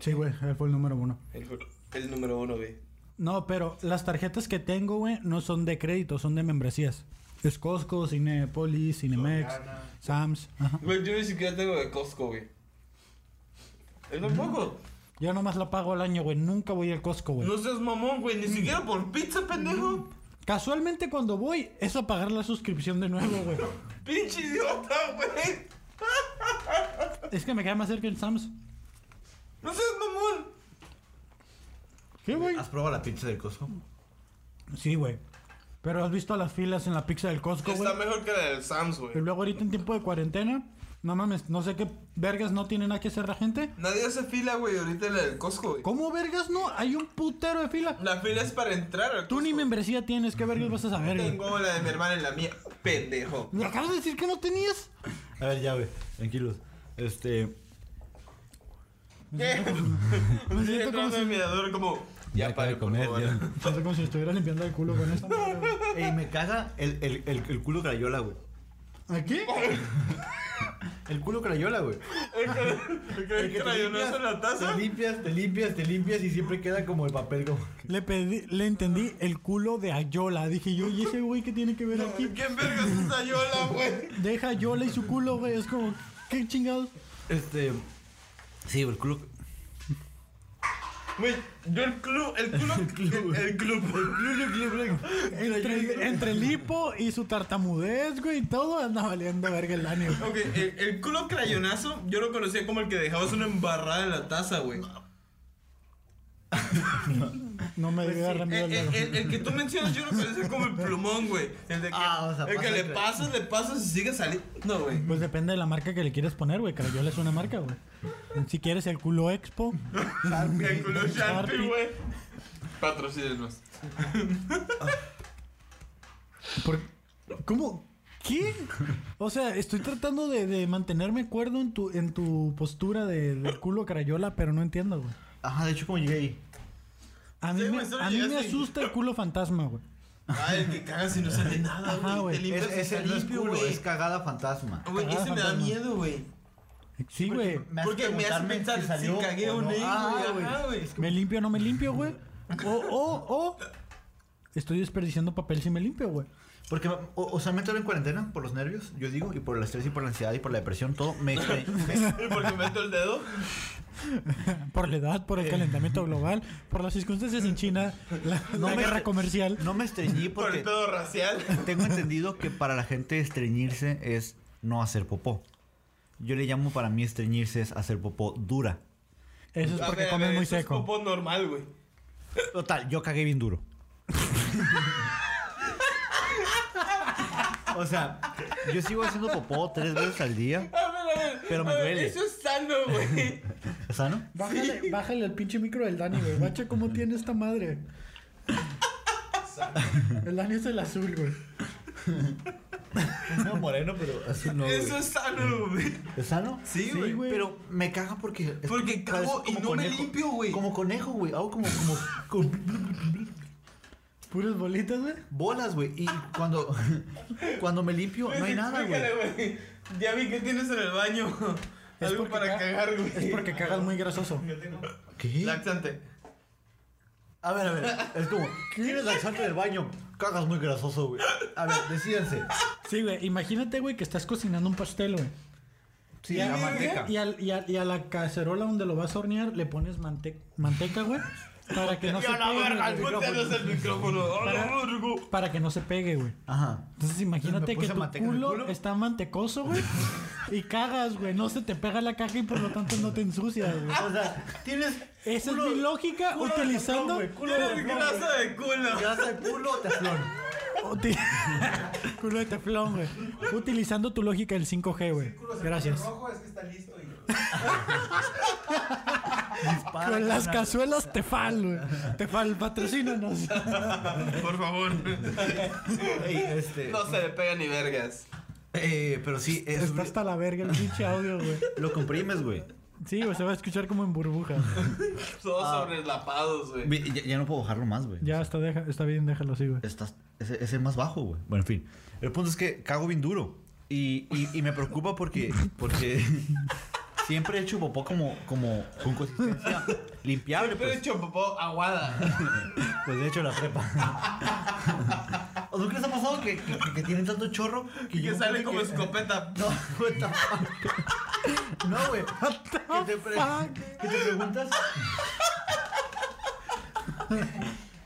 Sí, güey, él fue el número uno.
El, el número uno, güey.
No, pero las tarjetas que tengo, güey, no son de crédito, son de membresías. Es Costco, Cinepolis, Cinemex,
Soriana.
Sam's. Ajá.
Güey, yo ni siquiera tengo de Costco, güey. Es tampoco.
Yo nomás la pago al año, güey. Nunca voy al Costco, güey.
No seas mamón, güey. Ni siquiera por pizza, pendejo.
Casualmente cuando voy es a pagar la suscripción de nuevo, güey.
Pinche idiota, güey.
es que me queda más cerca el Sam's.
No seas mamón.
¿Qué, güey?
¿Has probado la pizza del Costco?
Sí, güey. Pero has visto las filas en la pizza del Costco, güey.
Está mejor que la del Sams,
Y
güey.
luego ahorita en tiempo de cuarentena, no mames, no sé qué vergas no tiene nada que hacer la gente.
Nadie hace fila, güey, ahorita en la del Costco, güey.
¿Cómo vergas no? Hay un putero de fila.
La fila es para entrar al
Tú ni
Costco.
membresía tienes, ¿qué vergas vas a saber? güey?
Tengo la de mi hermana en la mía. Pendejo.
¿Me acabas de decir que no tenías?
A ver, ya, güey. Tranquilos. Este.
Me
Sí,
siento como
entrando en el
si,
mirador como... Ya,
acaba de
pare, por
comer,
favor.
ya.
siento como si me estuviera limpiando el culo con esta madre, güey.
Ey, me caga el, el, el, el culo crayola, güey.
¿A qué?
El culo crayola, güey.
¿Te crees que rayonazo en la taza?
Te limpias, te limpias, te limpias y siempre queda como el papel como...
Le, pedí, le entendí el culo de Ayola. Dije yo, ¿y ese güey qué tiene que ver aquí?
¿Qué vergas es esa yola, güey?
Deja a Ayola y su culo, güey. Es como, ¿qué chingados?
Este... Sí, el culo...
Güey, yo el club, el club, el club, el
Entre, entre el hipo y su tartamudez, güey, y todo anda valiendo verga el año.
Ok, el, el culo crayonazo yo lo conocía como el que dejabas una embarrada en la taza, güey.
No me dio
El,
remedio al dedo.
Eh, el- el- el que tú mencionas yo lo conocía como el plumón, güey. El, de que,
Ah, o sea,
el que
pasa
le
que-
pasas, le pasas y sigue saliendo, güey.
Pues depende de la marca que le quieres poner, güey. Crayola es una marca, güey. Si quieres el culo expo,
El culo Sharpie,
Sharpie.
güey. Patrocínenos.
¿por- ¿cómo? ¿Qué? O sea, estoy tratando de, de mantenerme acuerdo en tu, en tu postura de, de culo crayola, pero no entiendo, güey.
Ajá, de hecho, como llegué ahí.
A mí,
Sí,
me,
güey, solo
a mí me
llegaste y-
asusta el culo fantasma, güey.
Ay, el que cagas y no sale nada,
Ajá,
güey.
güey.
Te limpias
Es, es
y está
el no es
limpio,
culo,
güey.
es cagada fantasma.
Güey,
Cagada
ese me da
fantasma.
miedo, güey.
Sí, güey.
hace
Porque me hace
preguntarme
pensar si,
salió
cagué o no, güey.
Ah,
Ajá, güey.
¿Me limpio o no me limpio, güey? O, o, o. Estoy desperdiciando papel si me limpio, güey.
Porque, o, o sea, me entero en cuarentena por los nervios, yo digo, y por el estrés y por la ansiedad y por la depresión, todo me... este, me- me-
¿Y por qué meto el dedo?
Por la edad, por el calentamiento global, por las circunstancias en China, la,
No
la
me-
guerra comercial.
no me estreñí
Por
porque
el pedo racial.
tengo entendido que para la gente estreñirse es no hacer popó. Yo le llamo para mí estreñirse es hacer popó dura.
Eso es
A
porque
ver, a
comes
ver,
muy
esto Es
seco.
popó normal, güey.
Total, yo cagué bien duro. O sea, yo sigo haciendo popó tres veces al día.
A ver, a ver.
Pero me
a ver,
duele.
Eso es sano, güey.
¿Sano?
Bájale, bájale el pinche micro del Dani, güey. Guacha cómo tiene esta madre. El Dani es el azul, güey.
No, moreno, pero así no, güey.
eso es sano, güey.
¿Es sano?
Sí, güey.
Pero me caga porque... es
Porque
como-
cago y
como
no me
conejo.
limpio, güey.
Como conejo, güey. Hago como... como, como
Puras bolitas, güey.
bolas, güey. Y cuando, cuando me limpio, no hay nada, güey.
Explícale, güey. Ya vi que tienes en el baño.
Es
Algo
porque
para
ca-
cagar, güey.
Es porque cagas muy grasoso.
¿Qué?
Lactante.
A ver, a ver. Es como, ¿quieres lanzarte del baño? Cagas muy grasoso, güey. A ver, decídense.
Sí, güey. Imagínate, güey, que estás cocinando un pastel, güey.
Sí,
y,
la
al-
manteca.
y al- y al- y a la cacerola donde lo vas a hornear le pones mante- manteca, güey. Para que no se
Ya la verga,
pegue. güey.
pontenos el micrófono. Hola, vergo.
Para que no se pegue, güey.
Ajá.
Entonces imagínate que
puse
tu
manteca en el
culo,
culo.
está mantecoso, güey. y cagas, güey. No se te pega la caja y por lo tanto no te ensucias, güey.
O sea, tienes
Esa
culo-
es mi lógica
culo de teflón,
utilizando...
güey, culo de
Tienes
teflón,
grasa de culo.
güey. Grasa de culo o teflón.
uti- culo de teflón, güey. Utilizando tu lógica del 5G, güey. Gracias.
rojo es que está listo y...
Dispara,
Con las
carnal.
cazuelas Tefal, güey. Tefal, patrocínanos.
Por favor.
Ey, este...
No se le pega ni vergas.
eh, pero sí, es...
Está hasta la verga el pinche audio, güey.
Lo comprimes, güey.
Sí, güey, se va a escuchar como en burbuja. Ah.
Todos sobrelapados, güey.
Ve, Ya, ya no puedo bajarlo más, güey.
Ya, está, deja, está bien, déjalo así, güey.
Estás, es, es el más bajo, güey. Bueno, en fin. El punto es que cago bien duro. Y, y, y me preocupa porque, porque siempre he hecho popó como, como con consistencia limpiable.
Pero
Pues,
el chopopó aguada.
Pues de hecho la prepa.
¿O ¿Nunca les ha pasado que, que, que tienen tanto chorro
Y
yo
que sale
creo
como escopeta.
No, what the fuck. No, güey. Que te, pre- que te preguntas.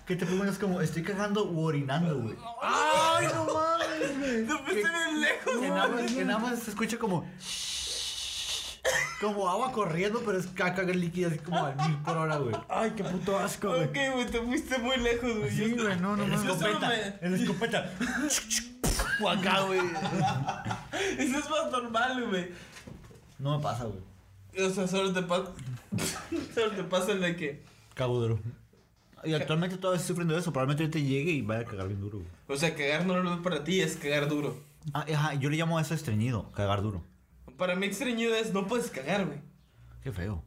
Que te preguntas como, ¿estoy cagando u orinando, güey?
¡Ay, no mames, güey!
No fuiste bien lejos,
Que nada más, que nada más se escucha como. como agua corriendo, pero es caca líquida así como al mil por hora, güey.
Ay, qué puto asco, güey.
Ok, güey, te fuiste muy lejos, güey.
Sí,
Yo-
güey, no, no
yo
mames.
solo me-
En la escopeta. O acá, güey.
Eso es más normal, güey.
No me pasa, güey.
O sea, solo te pasa. solo te pasa el de que.
Cago duro. Y actualmente todavía estoy sufriendo de eso. Probablemente yo te llegue y vaya a cagar bien duro, güey.
O sea, cagar no lo es para ti, es cagar duro.
Ah, ajá, yo le llamo a eso estreñido, cagar duro.
Para mí, extrañido es no puedes cagar, güey.
Qué feo.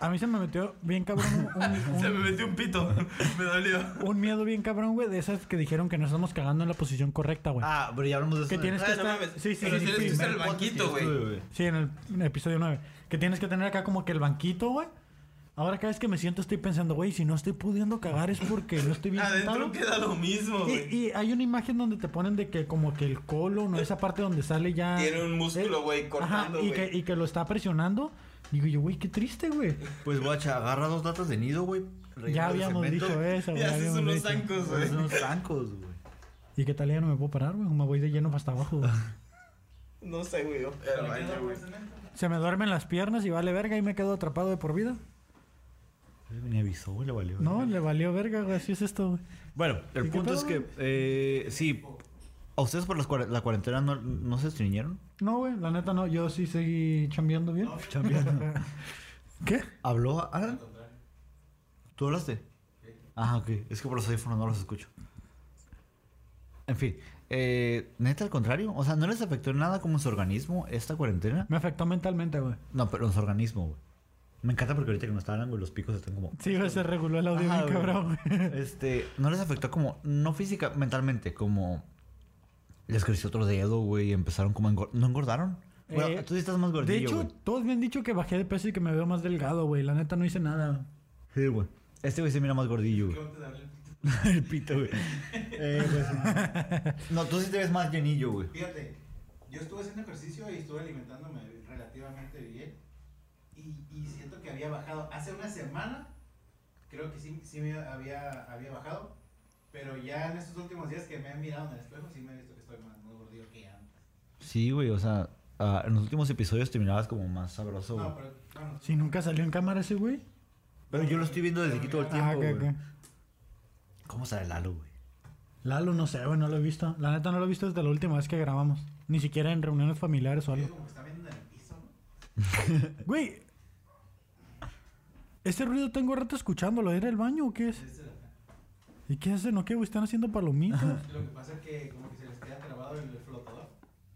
A mí se me metió bien cabrón un, un-
Se me metió un pito. me dolió.
un miedo bien cabrón, güey, de esas que dijeron que nos estamos cagando en la posición correcta, güey.
Ah, pero ya hablamos de eso.
que tienes que
Ah, no
estar...
mames.
Sí, sí,
Pero
sí,
tienes
sí.
que estar el banquito, güey.
Sí, en el, en el episodio 9. Que tienes que tener acá como que el banquito, güey. Ahora cada vez que me siento estoy pensando, güey, si no estoy pudiendo cagar es porque no estoy bien
Adentro
sentado.
queda lo mismo,
Y,
güey.
y hay una imagen donde te ponen de que como que el colon o esa parte donde sale ya...
Tiene un músculo,
Eh,
güey, cortando,
ajá, y
güey.
que, y que lo está presionando. Digo yo, güey, qué triste, güey.
Pues guacha, agarra dos latas de nido, güey. rellena
Ya
de
habíamos
cemento,
dicho eh. eso,
Y
güey.
haces
habíamos
unos
dicho.
zancos, güey.
Haces unos zancos, güey.
¿Y qué tal ya no me puedo parar, güey? Me voy de lleno hasta abajo, güey.
No sé, güey. yo- al baño, güey.
Se me duermen las piernas y vale verga y me quedo atrapado de por vida.
Me avisó, güey, le valió.
No, le valió verga, güey. Así es esto, güey.
Bueno, el
¿Y qué
punto
pedo,
es que, eh, sí, ¿a ustedes por las cuare- la cuarentena no, no se estreñieron?
No, güey, la neta no. Yo sí seguí chambeando bien. chambeando. ¿Qué?
¿Habló Alan? ¿Tú hablaste? Ah, ok. Es que por los audífonos no los escucho. En fin, eh, neta, al contrario. O sea, ¿no les afectó en nada como su organismo esta cuarentena?
Me afectó mentalmente, güey.
No, pero en su organismo, güey. Me encanta porque ahorita que no está Alan, güey, los picos están como...
Sí, güey, se reguló el audio
Ajá,
bien
güey.
cabrón, güey.
Este, no les afectó como, no física, mentalmente, como les creció otro dedo, güey, y empezaron como a engor- ¿No engordaron? Bueno,
Eh,
tú sí estás más
De
gordillo,
hecho,
güey.
todos me han dicho que bajé de peso y que me veo más delgado, güey. La neta no hice nada.
Sí, güey. Este güey se mira más gordillo, güey. el pito, güey. Eh, pues, no, tú sí te ves más llenillo, güey.
Fíjate, yo estuve haciendo ejercicio y estuve alimentándome relativamente bien. Y, y siento que había bajado. Hace una semana, creo que sí, sí me había, había bajado. Pero ya en estos últimos días que me he mirado en el espejo, sí me he visto que estoy más, más gordillo que antes.
Sí, güey, o sea, ah, en los últimos episodios te mirabas como más sabroso, güey.
No, pero bueno,
Si nunca salió en cámara ese, güey.
pero yo lo estoy viendo desde aquí todo el tiempo,
Ah, que,
güey.
que.
¿Cómo sale Lalo, güey?
Lalo, no sé, güey, no lo he visto. La neta no lo he visto desde la última vez que grabamos. Ni siquiera en reuniones familiares o
yo
algo.
como que está viendo en el piso, ¿no?
Güey. Ese ruido tengo rato escuchándolo. ¿Era el baño o qué es?
Desde acá.
¿Y qué hacen o qué, güey? ¿Están haciendo palomitas?
Lo que pasa es que como que se les queda trabado en el flotador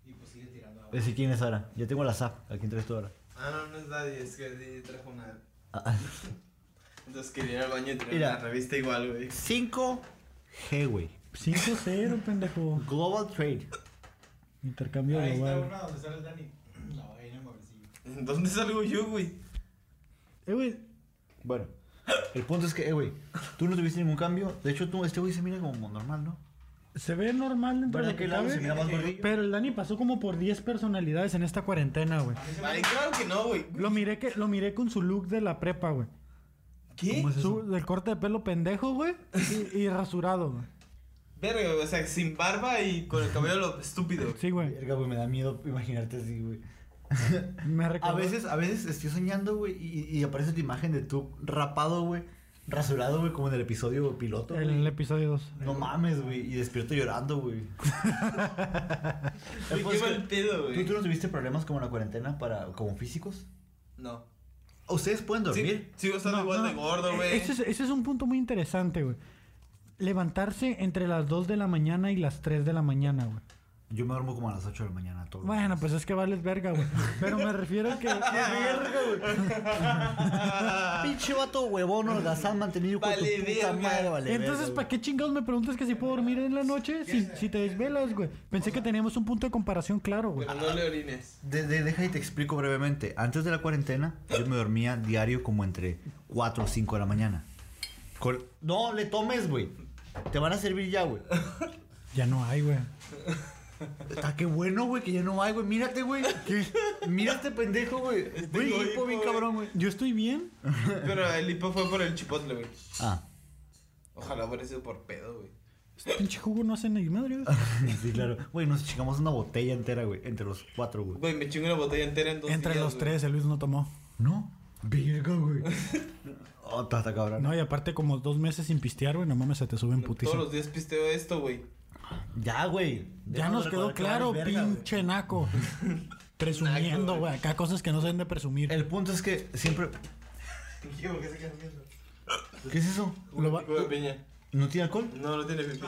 y pues sigue tirando agua.
Ese quién es ahora. Ya tengo la zap. ¿A quién traes tú ahora?
Ah, no, no es nadie, es que sí trajo una.
Ah.
Entonces quería ir al baño y traer
Mira.
la revista igual, güey.
5G, güey.
5-0, pendejo.
Global Trade.
Intercambio
Ahí está
global.
una donde sale el Dani. La vaina en mueblecillo.
¿Dónde salgo yo, güey?
Eh, güey.
Bueno, el punto es que, eh, güey, tú no tuviste ningún cambio. De hecho, tú, este güey se mira como normal, ¿no?
Se ve normal dentro de
¿Verdad
lo
que
que
Lalo se mira
cabe.
más gordillo?
Pero el Dani pasó como por 10 personalidades en esta cuarentena, güey.
Ay, claro que no, güey.
Lo miré, que, lo miré con su look de la prepa, güey.
¿Qué?
Su, del corte de pelo pendejo, güey. Y, y rasurado, güey.
Verga, güey, o sea, sin barba y con el cabello lo estúpido, güey.
Sí, güey.
Verga, güey, me da miedo imaginarte así, güey.
Me
A
recordó.
veces, a veces estoy soñando, güey, y, y aparece tu imagen de tú rapado, güey, rasurado, güey, como en el episodio güey, piloto.
El,
güey.
episodio 2.
No mames, güey, y despierto llorando, güey.
Güey,
El punto
Qué
pues es que-
mal pedo,
¿Tú,
güey.
¿Tú no tuviste problemas como en la cuarentena para, como físicos?
No.
¿Ustedes pueden dormir?
Sí, sigo estando
No,
igual
no.
de gordo, güey.
Ese es, ese es un punto muy interesante, güey. Levantarse entre las 2 de la mañana y las 3 de la mañana, güey.
Yo me duermo como a las 8 de la mañana todo.
Bueno, pues es que vales verga, güey. Pero me refiero a que.
Pinche vato huevón, holgazán, mantenido con
Vale,
tu puta
verga.
madre, vale.
Entonces,
verga,
¿para qué chingados me preguntas que si puedo dormir en la noche si, si te desvelas, güey? Pensé que teníamos un punto de comparación claro, güey.
Pero no le orines.
güey. De- de- deja y te explico brevemente. Antes de la cuarentena, yo me dormía diario como entre 4 o 5 de la mañana. Col- no, le tomes, güey. Te van a servir ya, güey.
Ya no hay, güey.
Está qué bueno, güey, que ya no hay, güey. Mírate, güey. Mírate, pendejo, güey.
Este
Güey,
Tengo
hipo bien
hipo,
cabrón, güey.
Yo estoy bien.
Pero el hipo fue por el chipotle, güey.
Ah,
Ojalá fuera sido por pedo, güey.
Este pinche jugo no hace ni madre. güey.
sí, claro. Güey, nos chingamos una botella entera, güey. Entre los cuatro, güey.
Güey, me chingo una botella entera en dos
Entre
días,
los
güey.
tres, el Luis no tomó.
No. Virgo, güey. Oh, tata cabrón.
No, y aparte, como dos meses sin pistear, güey, no mames, se te sube en putiza.
Todos los días pisteo esto, güey.
Ya, güey.
Ya nos quedó claro, pinche naco. Presumiendo, güey. Acá cosas que no se deben de presumir.
El punto es que siempre.
¿Qué ¿Por qué se quedan viendo?
¿Qué es eso?
Lo va-
Jugo de piña.
¿No tiene alcohol?
No, no tiene pipi.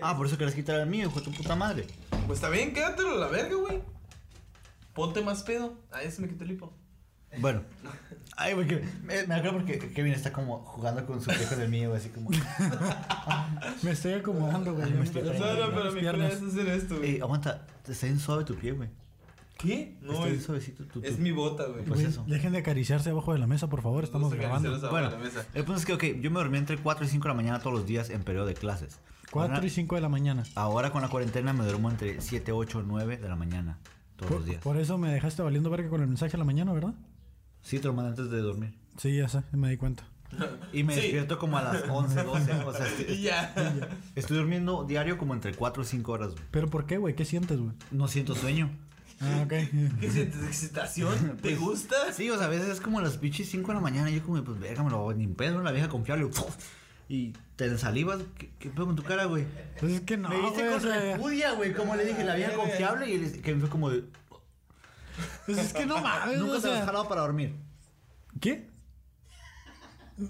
Ah, por eso querés quitar el mío, hijo de tu puta madre.
Pues está bien, quédatelo a la verga, güey. Ponte más pedo. Ahí se me quitó el hipo.
Bueno. Ay, güey, que- me, me acuerdo porque Kevin está como jugando con su viejo del mío, así como.
Me estoy acomodando, güey.
Me estoy
Las
No, no, pero
piernas.
mi plan es hacer esto, güey.
Ey, aguanta, está bien suave tu pie, güey.
¿Qué? No,
está bien
es,
suavecito tu, tu-
es mi bota, güey.
Pues
Güey,
eso.
Dejen de acariciarse abajo de la mesa, por favor. Estamos
Vamos a
grabando.
acariciarlos abajo
Bueno,
de la mesa.
el punto es que, ok, yo me dormí entre 4 y 5 de la mañana todos los días en periodo de clases.
4 y 5 de la mañana.
Ahora con la cuarentena me duermo entre 7, 8, 9 de la mañana todos los
Por,
días.
por eso me dejaste valiendo verga con el mensaje a la mañana, ¿verdad?
Sí, te lo mando antes de dormir.
Sí, ya sé, me di cuenta.
Y me
Sí.
despierto como a las 11, 12. O sea,
Y
estoy,
ya.
estoy durmiendo diario como entre 4 o 5 horas. güey.
¿Pero por qué, güey? ¿Qué sientes, güey?
No siento sueño.
Ah, ok.
¿Qué sientes? ¿Excitación? ¿Te gusta?
Sí, o sea, a veces es como a las pinches 5 de la mañana. Y yo como, pues, verga, me lo hago ni en pedo, la vieja confiable. ¡puf! Y te salivas. ¿Qué, ¿Qué pedo con tu cara, güey?
Pues es que no,
Me dice
güey, o
con
sea,
repudia, güey. Como le dije, la vieja confiable. Y él- que me fue como de,
pues es que no mames,
nunca
o
te has
sea,
jalado para dormir.
¿Qué?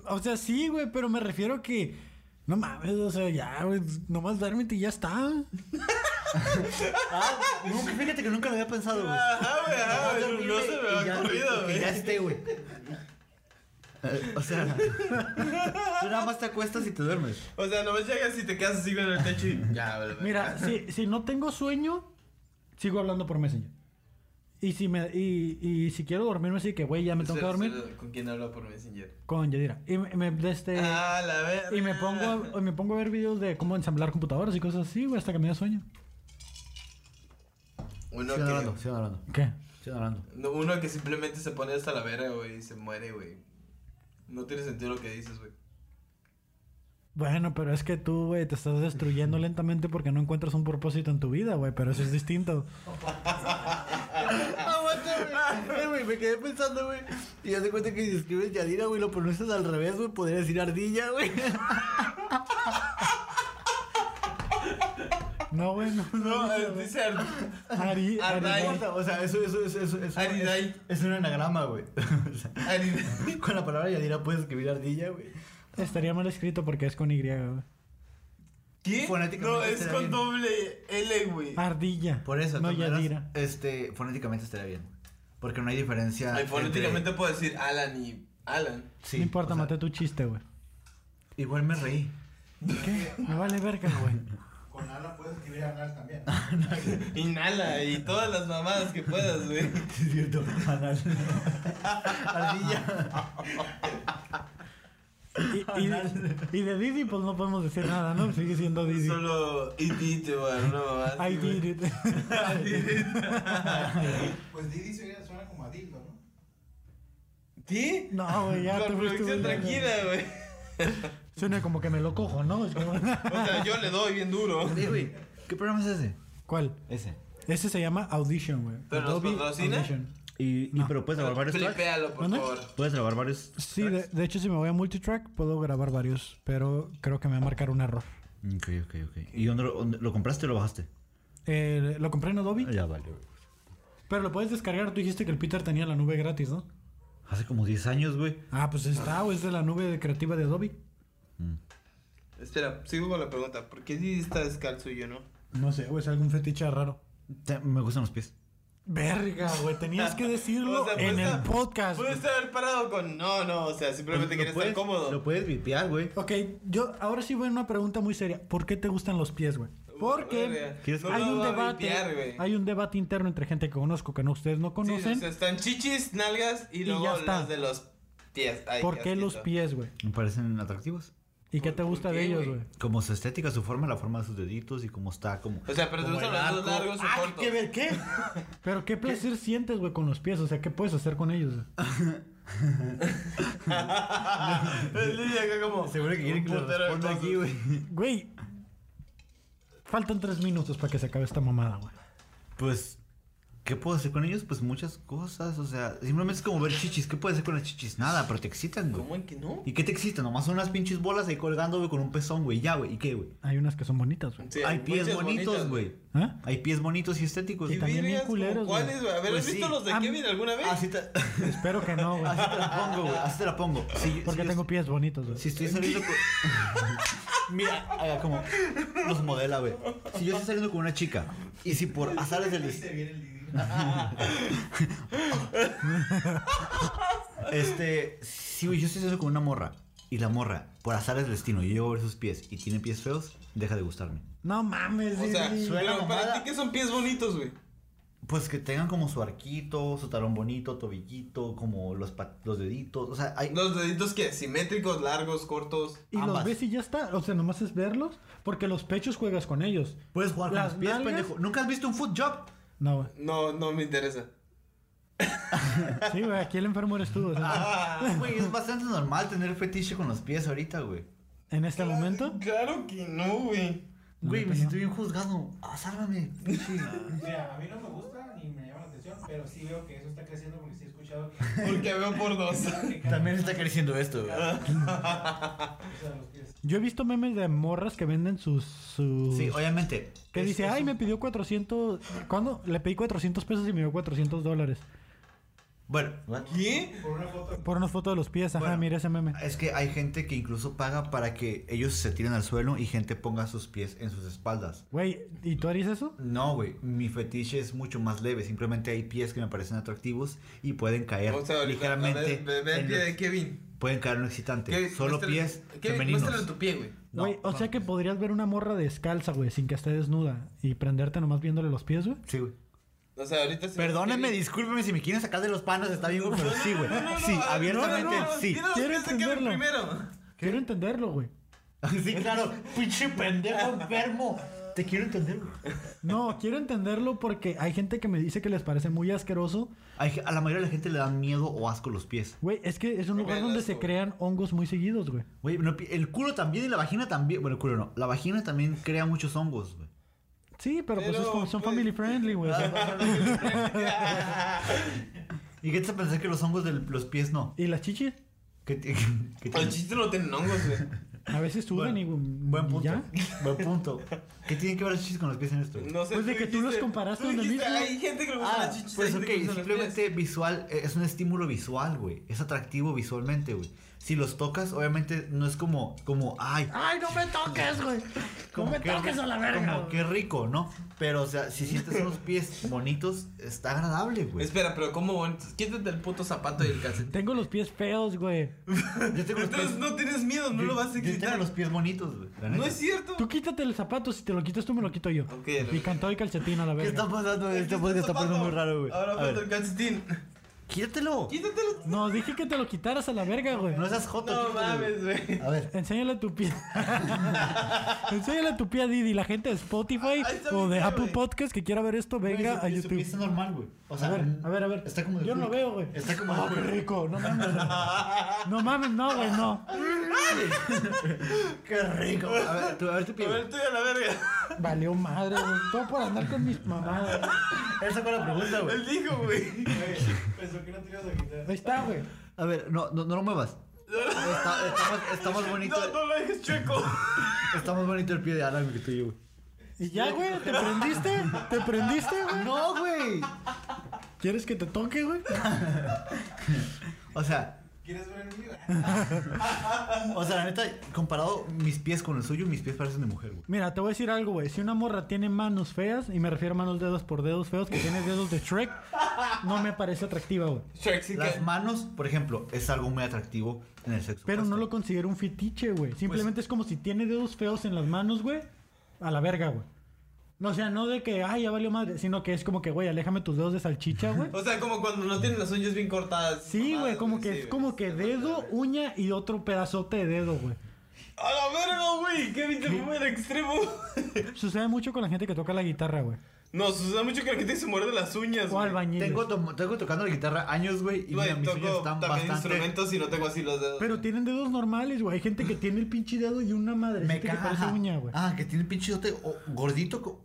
O sea, sí, güey, pero me refiero que... No mames, o sea, ya, güey, nomás duérmete y ya está.
Ah, nunca, fíjate que nunca lo había pensado, güey.
Ajá, güey,
Ah,
ajá, güey. No se me
Y ya-
ha ocurrido,
y
güey.
Ya esté, güey. Eh, O sea, tú nada más te acuestas y te duermes.
O sea, nomás llegas y te quedas así con el techo y ya, güey.
Mira, si, si no tengo sueño, sigo hablando por Messenger. Y si me y, y si quiero dormirme así que, güey, ya me tengo que dormir
¿Con quién hablo por Messenger?
con Yadira. Y me, me- de este
Ah, la verga.
y me pongo a, y me pongo a ver videos de cómo ensamblar computadoras y cosas así, güey, hasta que me da sueño.
Uno
Sigan hablando,
que,
sigan hablando,
¿Qué?
sigan hablando.
no, uno que simplemente se pone hasta la verga, güey, y se muere, güey. No tiene sentido lo que dices, güey.
Bueno, pero es que tú, güey, te estás destruyendo lentamente porque no encuentras un propósito en tu vida, güey, pero eso es distinto.
Aguanta, güey. Eh, güey. Me quedé pensando, güey. Y ya se cuenta que si escribes Yadira, güey, lo pronuncias al revés, güey. Podría decir ardilla, güey.
No, güey, no.
No,
güey.
eh, dice Ar-
Ari, Ari,
Ardai.
güey.
O sea, eso, eso, eso, eso. eso
Aridai.
Es un anagrama, güey. O sea,
Aridai.
Con la palabra Yadira puedes escribir ardilla, güey.
estaría mal escrito porque es con Y, güey.
¿Qué?
Fonéticamente
No, es
será
con
bien. Ah,
doble L, güey.
Ardilla.
Por eso, de
no
todas maneras,
Yadira.
Este, fonéticamente estaría bien. Porque no hay diferencia.
Ay,
entre-
Fonéticamente puedo decir Alan y Alan.
Sí,
no importa,
o sea,
maté tu chiste, güey.
Igual me reí.
¿Qué? Me vale verga, güey.
Con Alan puedes escribir Alan también.
Inhala y todas las mamadas que puedas, güey.
Es cierto, anal. Ardilla.
Y, y- y de Didi, pues no podemos decir nada, ¿no? Sigue siendo Didi.
Solo E it, it, güey, una mamada. así,
I
güey.
did it.
I did it.
Pues Didi suena, suena como a Dildo, ¿no?
¿Qué?
No, güey, ya te
Con
fuiste,
producción
güey.
tranquila, güey.
Suena como que me lo cojo, ¿no? Es como-
O sea, yo le doy bien duro.
Oye, güey, ¿Qué programa es ese?
¿Cuál?
Ese.
Ese se llama Audition, güey.
¿Pero nos
Adobe
patrocina?
Audition.
Y, y-
No.
pero puedes grabar varios tracks.
Flipéalo, por
¿Mande?
favor.
Puedes grabar varios.
Sí, de, de hecho, si me voy a multitrack, puedo grabar varios, pero creo que me va a marcar un error.
Ok, ok, ok. ¿Y dónde lo, dónde- lo compraste o lo bajaste?
Eh, lo compré en Adobe,
Ah, Ya valió. güey.
pero lo puedes descargar. Tú dijiste que el Peter tenía la nube gratis, ¿no?
Hace como 10 años, güey.
Ah, pues está, o es de la nube de- creativa de Adobe.
Espera, sigo con la pregunta. ¿Por qué Didi está descalzo y yo no?
No sé, o es algún fetiche raro.
Te- Me gustan los pies.
Verga, güey, tenías que decirlo
O sea, pues
en
puede
el
estar-
podcast. güey.
Puedes haber parado con no, no, o sea, simplemente
Pues, Lo
quieres estar
puedes- Lo
cómodo.
puedes vipear, güey.
Ok, yo ahora sí voy a una pregunta muy seria. ¿Por qué te gustan los pies, güey? Porque
Verga.
¿Quieres-
No
hay
lo
un
va a
debate,
limpiar, güey.
hay un debate interno entre gente que conozco que no ustedes no
Sí,
conocen.
o sea, están chichis, nalgas y,
Y
luego
ya está.
las de los pies. Ay,
¿Por qué
asquito.
los pies, güey?
Me parecen atractivos.
¿Y qué
¿Por-
te
por
gusta
qué,
de ellos,
güey?
güey?
Como su estética, su forma, la forma de sus deditos y cómo está, como.
O sea, pero te
como
gustan
el
los dos
arco.
largos
Ah,
o cortos.
¿Qué ver qué?
Pero qué placer sientes, güey, con los pies. O sea, ¿qué puedes hacer con ellos? güey?
El Lidia acá como.
Seguro que quiere que le
un putero de
responda
cosas.
aquí, güey.
Güey. Faltan tres minutos para que se acabe esta mamada, güey.
Pues, ¿qué puedo hacer con ellos? Pues muchas cosas. O sea, simplemente es como ver chichis. ¿Qué puedes hacer con las chichis? Nada, pero te excitan, güey.
¿Cómo en que no?
¿Y qué te excitan? Nomás son unas pinches bolas ahí colgando, güey, con un pezón, güey. Ya, güey. ¿Y qué, güey?
Hay unas que son bonitas, güey.
Sí,
Hay pies
muchas
bonitos,
bonitas,
güey.
¿Ah?
Hay pies bonitos y estéticos.
Y
Y también bien
virgas, como
culeros, güey.
¿Cuáles, güey? A ver,
Pues
¿has visto
sí. Ah,
los de
Am-
Kevin alguna vez?
Así te, así
Espero que no, güey.
te la pongo, güey. Así te la pongo. Si-
Porque
si-
tengo pies bonitos, güey.
Si estoy saliendo con... Mira, haga como... Los modela, güey. Si yo estoy saliendo con una chica y si por azares del destino...
Se viene el Didi.
Este, si yo estoy saliendo con una morra y la morra, por azares del destino, yo llego a ver sus pies y tiene pies feos, deja de gustarme.
No mames,
O
sí,
sea,
sí.
suena
pero para
mamada.
ti, ¿qué son pies bonitos, güey?
Pues que tengan como su arquito, su talón bonito, tobillito, como los, pa- los deditos. O sea, hay...
Los deditos que simétricos, largos, cortos.
Y los
ambas.
ves y ya está. O sea, nomás es verlos. Porque los pechos juegas con ellos.
Puedes jugar con
Las
los pies,
nalgas-
pendejo. ¿Nunca has visto un foot job?
No, güey.
No, no me interesa.
Sí, güey. Aquí el enfermo eres tú. o sea,
Ah, Güey, es bastante normal tener fetiche con los pies ahorita, güey.
en este momento.
Claro que no, güey.
Güey,
neta,
me siento
no.
bien juzgado. Ah, sálvame.
Mira, a mí no me gusta ni me llama la atención, pero sí veo que eso está creciendo porque sí he escuchado que.
Porque veo por dos.
que cada-
También está creciendo esto, güey.
o sea, los pies.
Yo he visto memes de morras que venden sus. sus...
Sí, obviamente.
que
Es-
dice,
es
ay,
un-
me pidió 400. ¿Cuándo? Le pedí 400 pesos y me dio 400 dólares.
Bueno,
¿Qué?
Por una foto.
Por una foto de los pies. Ajá,
Bueno.
mira ese meme.
es que hay gente que incluso paga para que ellos se tiren al suelo y gente ponga sus pies en sus espaldas.
Güey, ¿y tú harías eso?
No, güey, mi fetiche es mucho más leve. Simplemente hay pies que me parecen atractivos y pueden caer
O sea,
ligeramente.
ligeramente. Ve, ve el
en
pie
lo-
de Kevin.
Pueden caer en lo excitante.
Kevin,
Este, Solo
muéstrale-
pies
Kevin, muéstrale
femeninos.
tu pie, güey.
No,
Güey, o
no.
sea que podrías ver una morra descalza, güey, sin que esté desnuda. Y prenderte nomás viéndole los pies, güey.
Sí, güey.
O sea, ahorita sí.
Perdónenme,
Kevin-
discúlpeme si me quieren sacar de los panos, está bien, güey, pero sí, güey.
No, no, no,
Sí,
no,
abiertamente,
no, no, no,
sí.
Dile los
Quiero
pies de Kevin
entenderlo.
primero.
Quiero entenderlo, güey.
Sí, claro, pinche pendejo enfermo. Te quiero entender, güey.
No, quiero entenderlo porque hay gente que me dice que les parece muy asqueroso.
Hay ge- A la mayoría de la gente le da miedo o asco los pies.
Güey, es que es un
Me
lugar
da
donde
asco,
se
güey.
crean hongos muy seguidos, güey.
Güey, no, pi- el culo también y la vagina también. Bueno, el culo no. La vagina también crea muchos hongos, güey.
Sí, pero, pues
Pero,
es como- son
pues-
family friendly, güey. O sea,
¿Y qué te hace pensar que los hongos de los pies no?
y las chichis
¿Qué te- qué
El
tiene?
chiste no tiene hongos, güey.
a veces suben y,
Buen
y
punto.
ya.
Buen punto. ¿Qué tienen que ver los chichis con los pies en esto? güey?
No sé.
Pues de que tú los
dijiste-
comparaste
tú
donde
dijiste,
mismo.
Hay gente que le gusta
Ah,
las chichis.
pues
hay
ok,
gente que le gustan los pies".
simplemente visual, eh, es un estímulo visual, güey. Es atractivo visualmente, güey. Si los tocas, obviamente no es como, como, ay,
¡Ay, no me toques, güey!
Como que- Como qué rico, ¿no? Pero, o sea, si sientes unos pies bonitos, está agradable, güey.
Espera, pero ¿cómo? güey? Quítate el puto zapato y el calcetín.
Tengo los pies feos, güey.
Yo tengo los pies,
Entonces no tienes miedo, no
Pues, yo-
lo vas a
yo tengo
excitar.
los pies bonitos, güey. la
No
neta.
es cierto.
Tú quítate el zapato, si te lo quitas tú me lo quito yo.
Ok,
y
la-
cantado y calcetín a la
¿Qué
verga.
está pasando?
Aquí
Este
está
podcast
el
está pasando
zapato.
muy raro, güey.
Ahora
A ver,
falta el calcetín.
Quítatelo.
Quítatelo.
No, dije que te lo quitaras a la verga, güey.
No seas joto.
No
quítatelo, güey.
mames, güey.
A ver.
Enséñale tu pie. Enséñale tu pie a Didi. La gente de Spotify
Ahí está
o
mi
de
pie,
Apple
güey.
Podcast que quiera ver esto, venga
Güey, su-
a
su pie
YouTube.
está normal, güey. O sea,
A ver, a ver, a ver.
Está como de
Yo no lo
pulpo.
veo, güey.
Está como
Ah,
de
qué
pulpo.
rico. No mames. No mames, no, güey, no.
Qué rico. A ver, tú, a ver tu pie.
A ver,
güey.
tú a la verga.
Valió madre, güey. Todo por andar con mis mamadas.
Esa fue la pregunta, güey.
Él dijo, güey.
Güey, pensó que no te ibas a quitar.
Ahí está, güey.
A ver, no, no, no lo muevas. Está, está más, está más bonito.
No, no lo dejes chueco.
Está más bonito el pie de Alan que tuyo, güey.
Y ya, güey, ¿te prendiste? ¿Te prendiste, güey?
No, güey.
¿Quieres que te toque, güey?
O sea,
¿Quieres ver el mío?
o sea, la neta, comparado mis pies con el suyo, mis pies parecen de mujer, güey.
Mira, te voy a decir algo, güey. Si una morra tiene manos feas, y me refiero a manos dedos por dedos feos, que tiene dedos de Shrek, no me parece atractiva, güey.
Shrek sí
Las
que.
manos, por ejemplo, es algo muy atractivo en el sexo.
Pero no lo
opuesto.
considero un fetiche, güey. Simplemente es como si tiene dedos feos en las manos, güey. A la verga, güey. No, o sea, no de que, ay, ya valió madre, sino que es como que, güey, aléjame tus dedos de salchicha, güey.
O sea, como cuando no tienen las uñas bien cortadas.
Sí,
mamadas,
güey, como que
sí,
es
güey.
como que
Sí, güey.
dedo, uña y otro pedazote de dedo, güey.
¡A la verga, güey! Kevin se fue al extremo.
Sucede mucho con la gente que toca la guitarra, güey.
No, sucede mucho que la gente se muerde las uñas,
O
güey.
albañiles.
Tengo, to- tengo tocando la guitarra años, güey, y
Güey,
mira, mis uñas
toco
están
también
bastante...
instrumentos y no tengo así los dedos.
Pero tienen dedos normales, güey. Hay gente que tiene el pinche dedo y una madre
Me
Este que
caga.
parece uña, güey.
ah, que tiene el pinche dote o- gordito. co-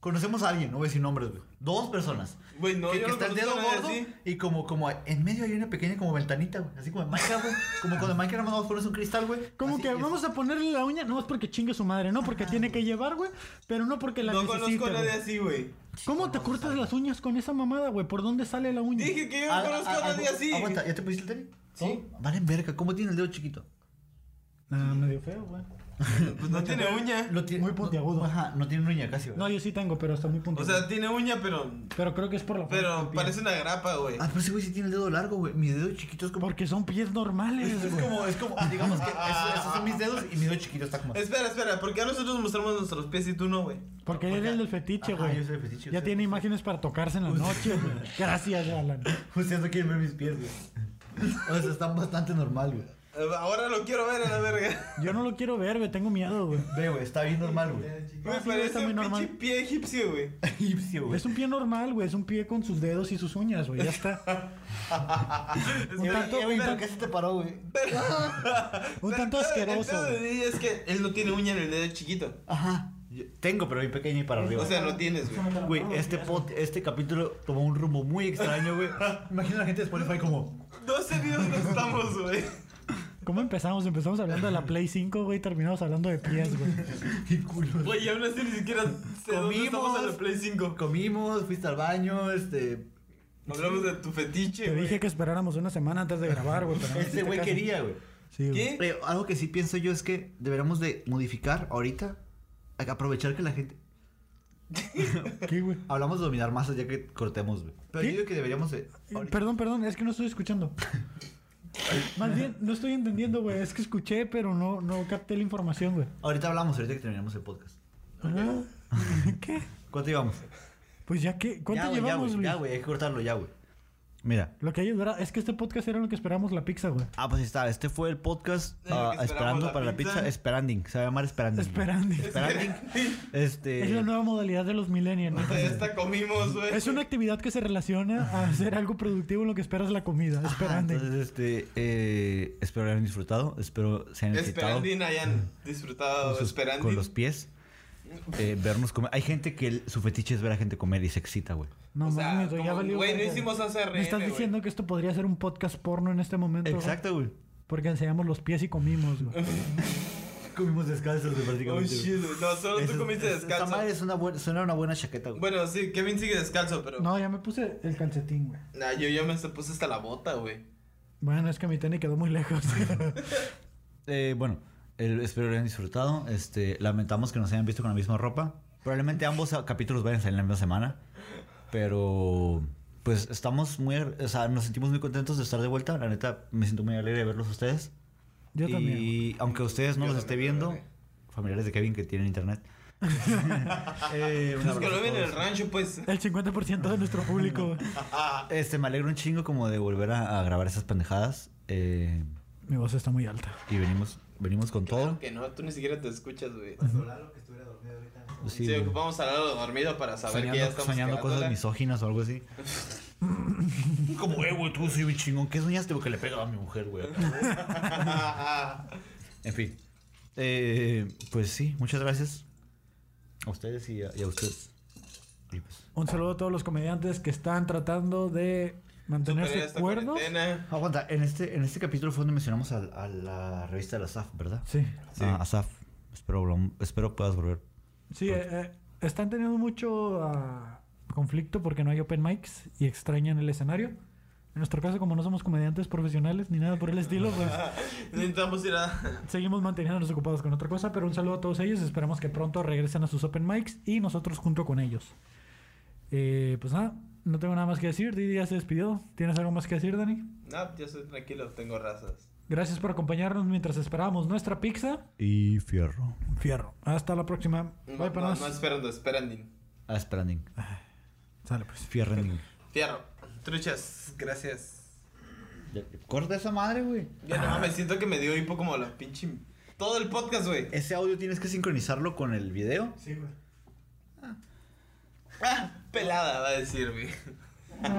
Conocemos a alguien, no voy a decir nombres, güey. Dos personas.
Güey, no,
que,
yo
que
no
está el
conozco
dedo
a nadie
gordo
así.
y como, como en medio hay una pequeña como ventanita, güey. Así como en Minecraft, güey. Como cuando en Minecraft nomás pones un cristal, güey.
Como
Así
que
es.
vamos a ponerle la uña, no es porque chingue su madre, no porque tiene que llevar, güey, pero no porque la
No
necesite.
conozco a nadie
güey.
así, güey.
¿Cómo te cortas las uñas con esa mamada, güey? ¿Por dónde sale la uña?
Dije que yo
Ah,
no conozco
ah,
a nadie
agu-
así.
Aguanta, ¿ya te pusiste el tenis?
Sí.
Vale, verga, ¿cómo tiene el dedo chiquito?
Ah, medio feo, güey.
Pues no tiene uña.
Lo tiene,
Muy puntiagudo.
no- ajá, no tiene uña casi, güey.
No, yo sí tengo, pero está muy
O
puntiagudo.
sea, tiene uña, pero.
pero creo que es por la forma
Pero
del pie.
parece una grapa, güey.
Ah, pero ese güey sí tiene el dedo largo, güey. Mis dedos chiquitos como...
Porque son pies normales,
Es
güey.
como, es como, digamos que
Ah,
esos, esos son mis dedos y mi dedo chiquito está como...
Espera, espera, ¿por qué a nosotros mostramos nuestros pies y tú no, güey?
Porque él es el del fetiche,
Ajá,
güey.
yo soy el fetiche, yo
Ya
soy
tiene
el fetiche.
imágenes para tocarse en la noche, güey. Gracias, Alan.
Ustedes no quieren ver mis pies, güey. O sea, están bastante normal, güey.
Eh, Ahora lo quiero ver a la verga.
Yo no lo quiero ver, güey. Tengo miedo, güey.
Ve, güey, está bien normal, güey.
Me
sí, güey,
parece
está
un
muy normal.
pinche pie egipcio, güey.
Egipcio, güey.
Es un pie normal, güey. Es un pie con sus dedos y sus uñas, güey. Ya está.
Es
Un
que- eh,
tanto-
pero-
¿Por qué se te paró, güey?
Un tanto
pero-
asqueroso,
el pedo de
güey. Ah,
Didi es que él no tiene uña en el dedo chiquito.
Ajá. Tengo, pero bien pequeña y para arriba.
O sea, no tienes, güey.
Güey, este, pod- este capítulo tomó un rumbo muy extraño, güey. Imagina a la gente de Spotify como...
12 videos no estamos, güey.
¿Cómo empezamos? Empezamos hablando de la Play 5, güey. y Terminamos hablando de pies, güey.
¡Qué culo!
Güey, y aún así ni siquiera sé dónde estamos en la Play 5.
Comimos, fuiste al baño, este...
Hablamos de tu fetiche,
Te
güey.
dije que esperáramos una semana antes de grabar, güey. pero no
Este
hiciste
güey
caso.
quería, güey.
Sí, güey.
¿Qué?
Pero algo que sí pienso yo es que deberíamos de modificar ahorita, a- aprovechar que la gente...
¿Qué, güey?
Hablamos de dominar masas ya que cortemos, güey. Pero
¿Qué?
yo digo que deberíamos de... ahorita-
Eh, Perdón, perdón, es que no estoy escuchando. Más bien, no estoy entendiendo, güey. Es que escuché, pero no, no capté la información, güey.
Ahorita hablamos, ahorita que terminamos el podcast.
Ah, ¿Qué?
¿Cuánto íbamos?
Pues ya que. ¿Cuánto
Ya, güey,
llevamos,
ya, güey,
Luis?
Ya, güey, hay que cortarlo ya, güey. Mira.
Lo que hay es verdad, es que este podcast era lo que esperamos la pizza, güey.
Ah, pues ahí está. Este fue el podcast
Eh, lo
ah,
que esperamos,
Esperando
la
para la
pizza.
pizza. Esperanding. Se va a llamar
Mm.
Esperanding.
Esperando.
Esperanding. este...
Es la nueva modalidad de los millennials. ¿no?
Esta comimos, güey.
Es una actividad que se relaciona a hacer algo productivo en lo que esperas la comida.
Ajá,
Esperando.
Entonces, este... eh, espero hayan disfrutado. Espero se hayan excitado
Esperandin hayan
con,
disfrutado.
sus- con
Esperandin.
los pies. Eh, vernos comer. Hay gente que el- su fetiche es ver a gente comer y se excita, güey.
No
O sea,
mames, güey, ya
como-
valió.
güey, no
verga.
hicimos ACRN,
Me estás
güey.
diciendo que esto podría ser un podcast porno en este momento. güey?
Exacto, güey.
Porque enseñamos los pies y comimos, güey.
Comimos descalzos, güey,
Oh,
prácticamente. güey.
shit, güey. No, solo
Eso-
tú comiste
esta madre
descalzo.
es una buena, suena una buena chaqueta, güey.
Bueno, sí, Kevin sigue descalzo, pero.
No, ya me puse el calcetín, güey.
Nah, yo ya me puse hasta la bota, güey.
Bueno, es que mi tenis quedó muy lejos.
Eh, bueno, el- espero lo hayan disfrutado. Este, lamentamos que nos hayan visto con la misma ropa. Probablemente ambos capítulos vayan a salir la misma semana. Pero pues estamos muy, agra- o sea, nos sentimos muy contentos de estar de vuelta. La neta, me siento muy alegre de verlos a ustedes.
Yo
y
también. güey.
aunque ustedes no
Yo también
los esté
me
viendo,
alegre.
familiares de Kevin que tienen internet. Eh, un
Es que
abrazo
lo
a
ven en
todos.
el rancho, pues.
El 50% de nuestro público, güey.
Este, me alegro un chingo como de volver a, a grabar esas pendejadas. eh,
Mi voz está muy alta.
y venimos, venimos con todo. Pues,
Claro que no, tú ni siquiera te escuchas, güey.
que estuviera dormido ahorita.
Sí,
Sí, güey.
ocupamos al lado dormido para saber que ya
soñando,
estamos
soñando cosas
cagándola.
misóginas o algo así. Como, eh, güey, tú soy bien chingón. ¿Qué soñaste? Porque le pegaba a mi mujer, güey.
Ah,
en fin. Eh, pues sí, muchas gracias a ustedes y a, y a ustedes. Y pues,
Un saludo a todos los comediantes que están tratando de
Superé
mantenerse
esta
cuerdos.
cuarentena.
Aguanta, en este, en este capítulo fue donde mencionamos al- a, la revista de la SAF, ¿verdad?
Sí.
Sí.
Ah, a SAF. Espero, volvam- espero puedas volver.
Sí, eh, eh, están teniendo mucho ah, conflicto porque no hay open mics y extrañan el escenario. En nuestro caso, como no somos comediantes profesionales ni nada por el estilo, pues
Necesitamos ir a.
seguimos manteniéndonos ocupados con otra cosa. Pero un saludo a todos ellos. Esperamos que pronto regresen a sus open mics y nosotros junto con ellos. Eh, pues nada, no tengo nada más que decir. Didi ya se despidió. ¿Tienes algo más que decir, Dani?
No, yo soy tranquilo, tengo razas.
Gracias por acompañarnos mientras esperamos nuestra pizza.
Y fierro.
Fierro. Hasta la próxima.
No,
Bye,
no,
panas.
no esperando, esperandin.
Ah, esperanding.
Sale, pues.
Fierranding.
Fierro. Truchas, gracias.
Corta esa madre, güey.
Ya no, me siento que me dio hipo como la pinche. Todo el podcast, güey.
Ese audio tienes que sincronizarlo con el video.
Sí, güey.
Ah, pelada, va a decir, güey.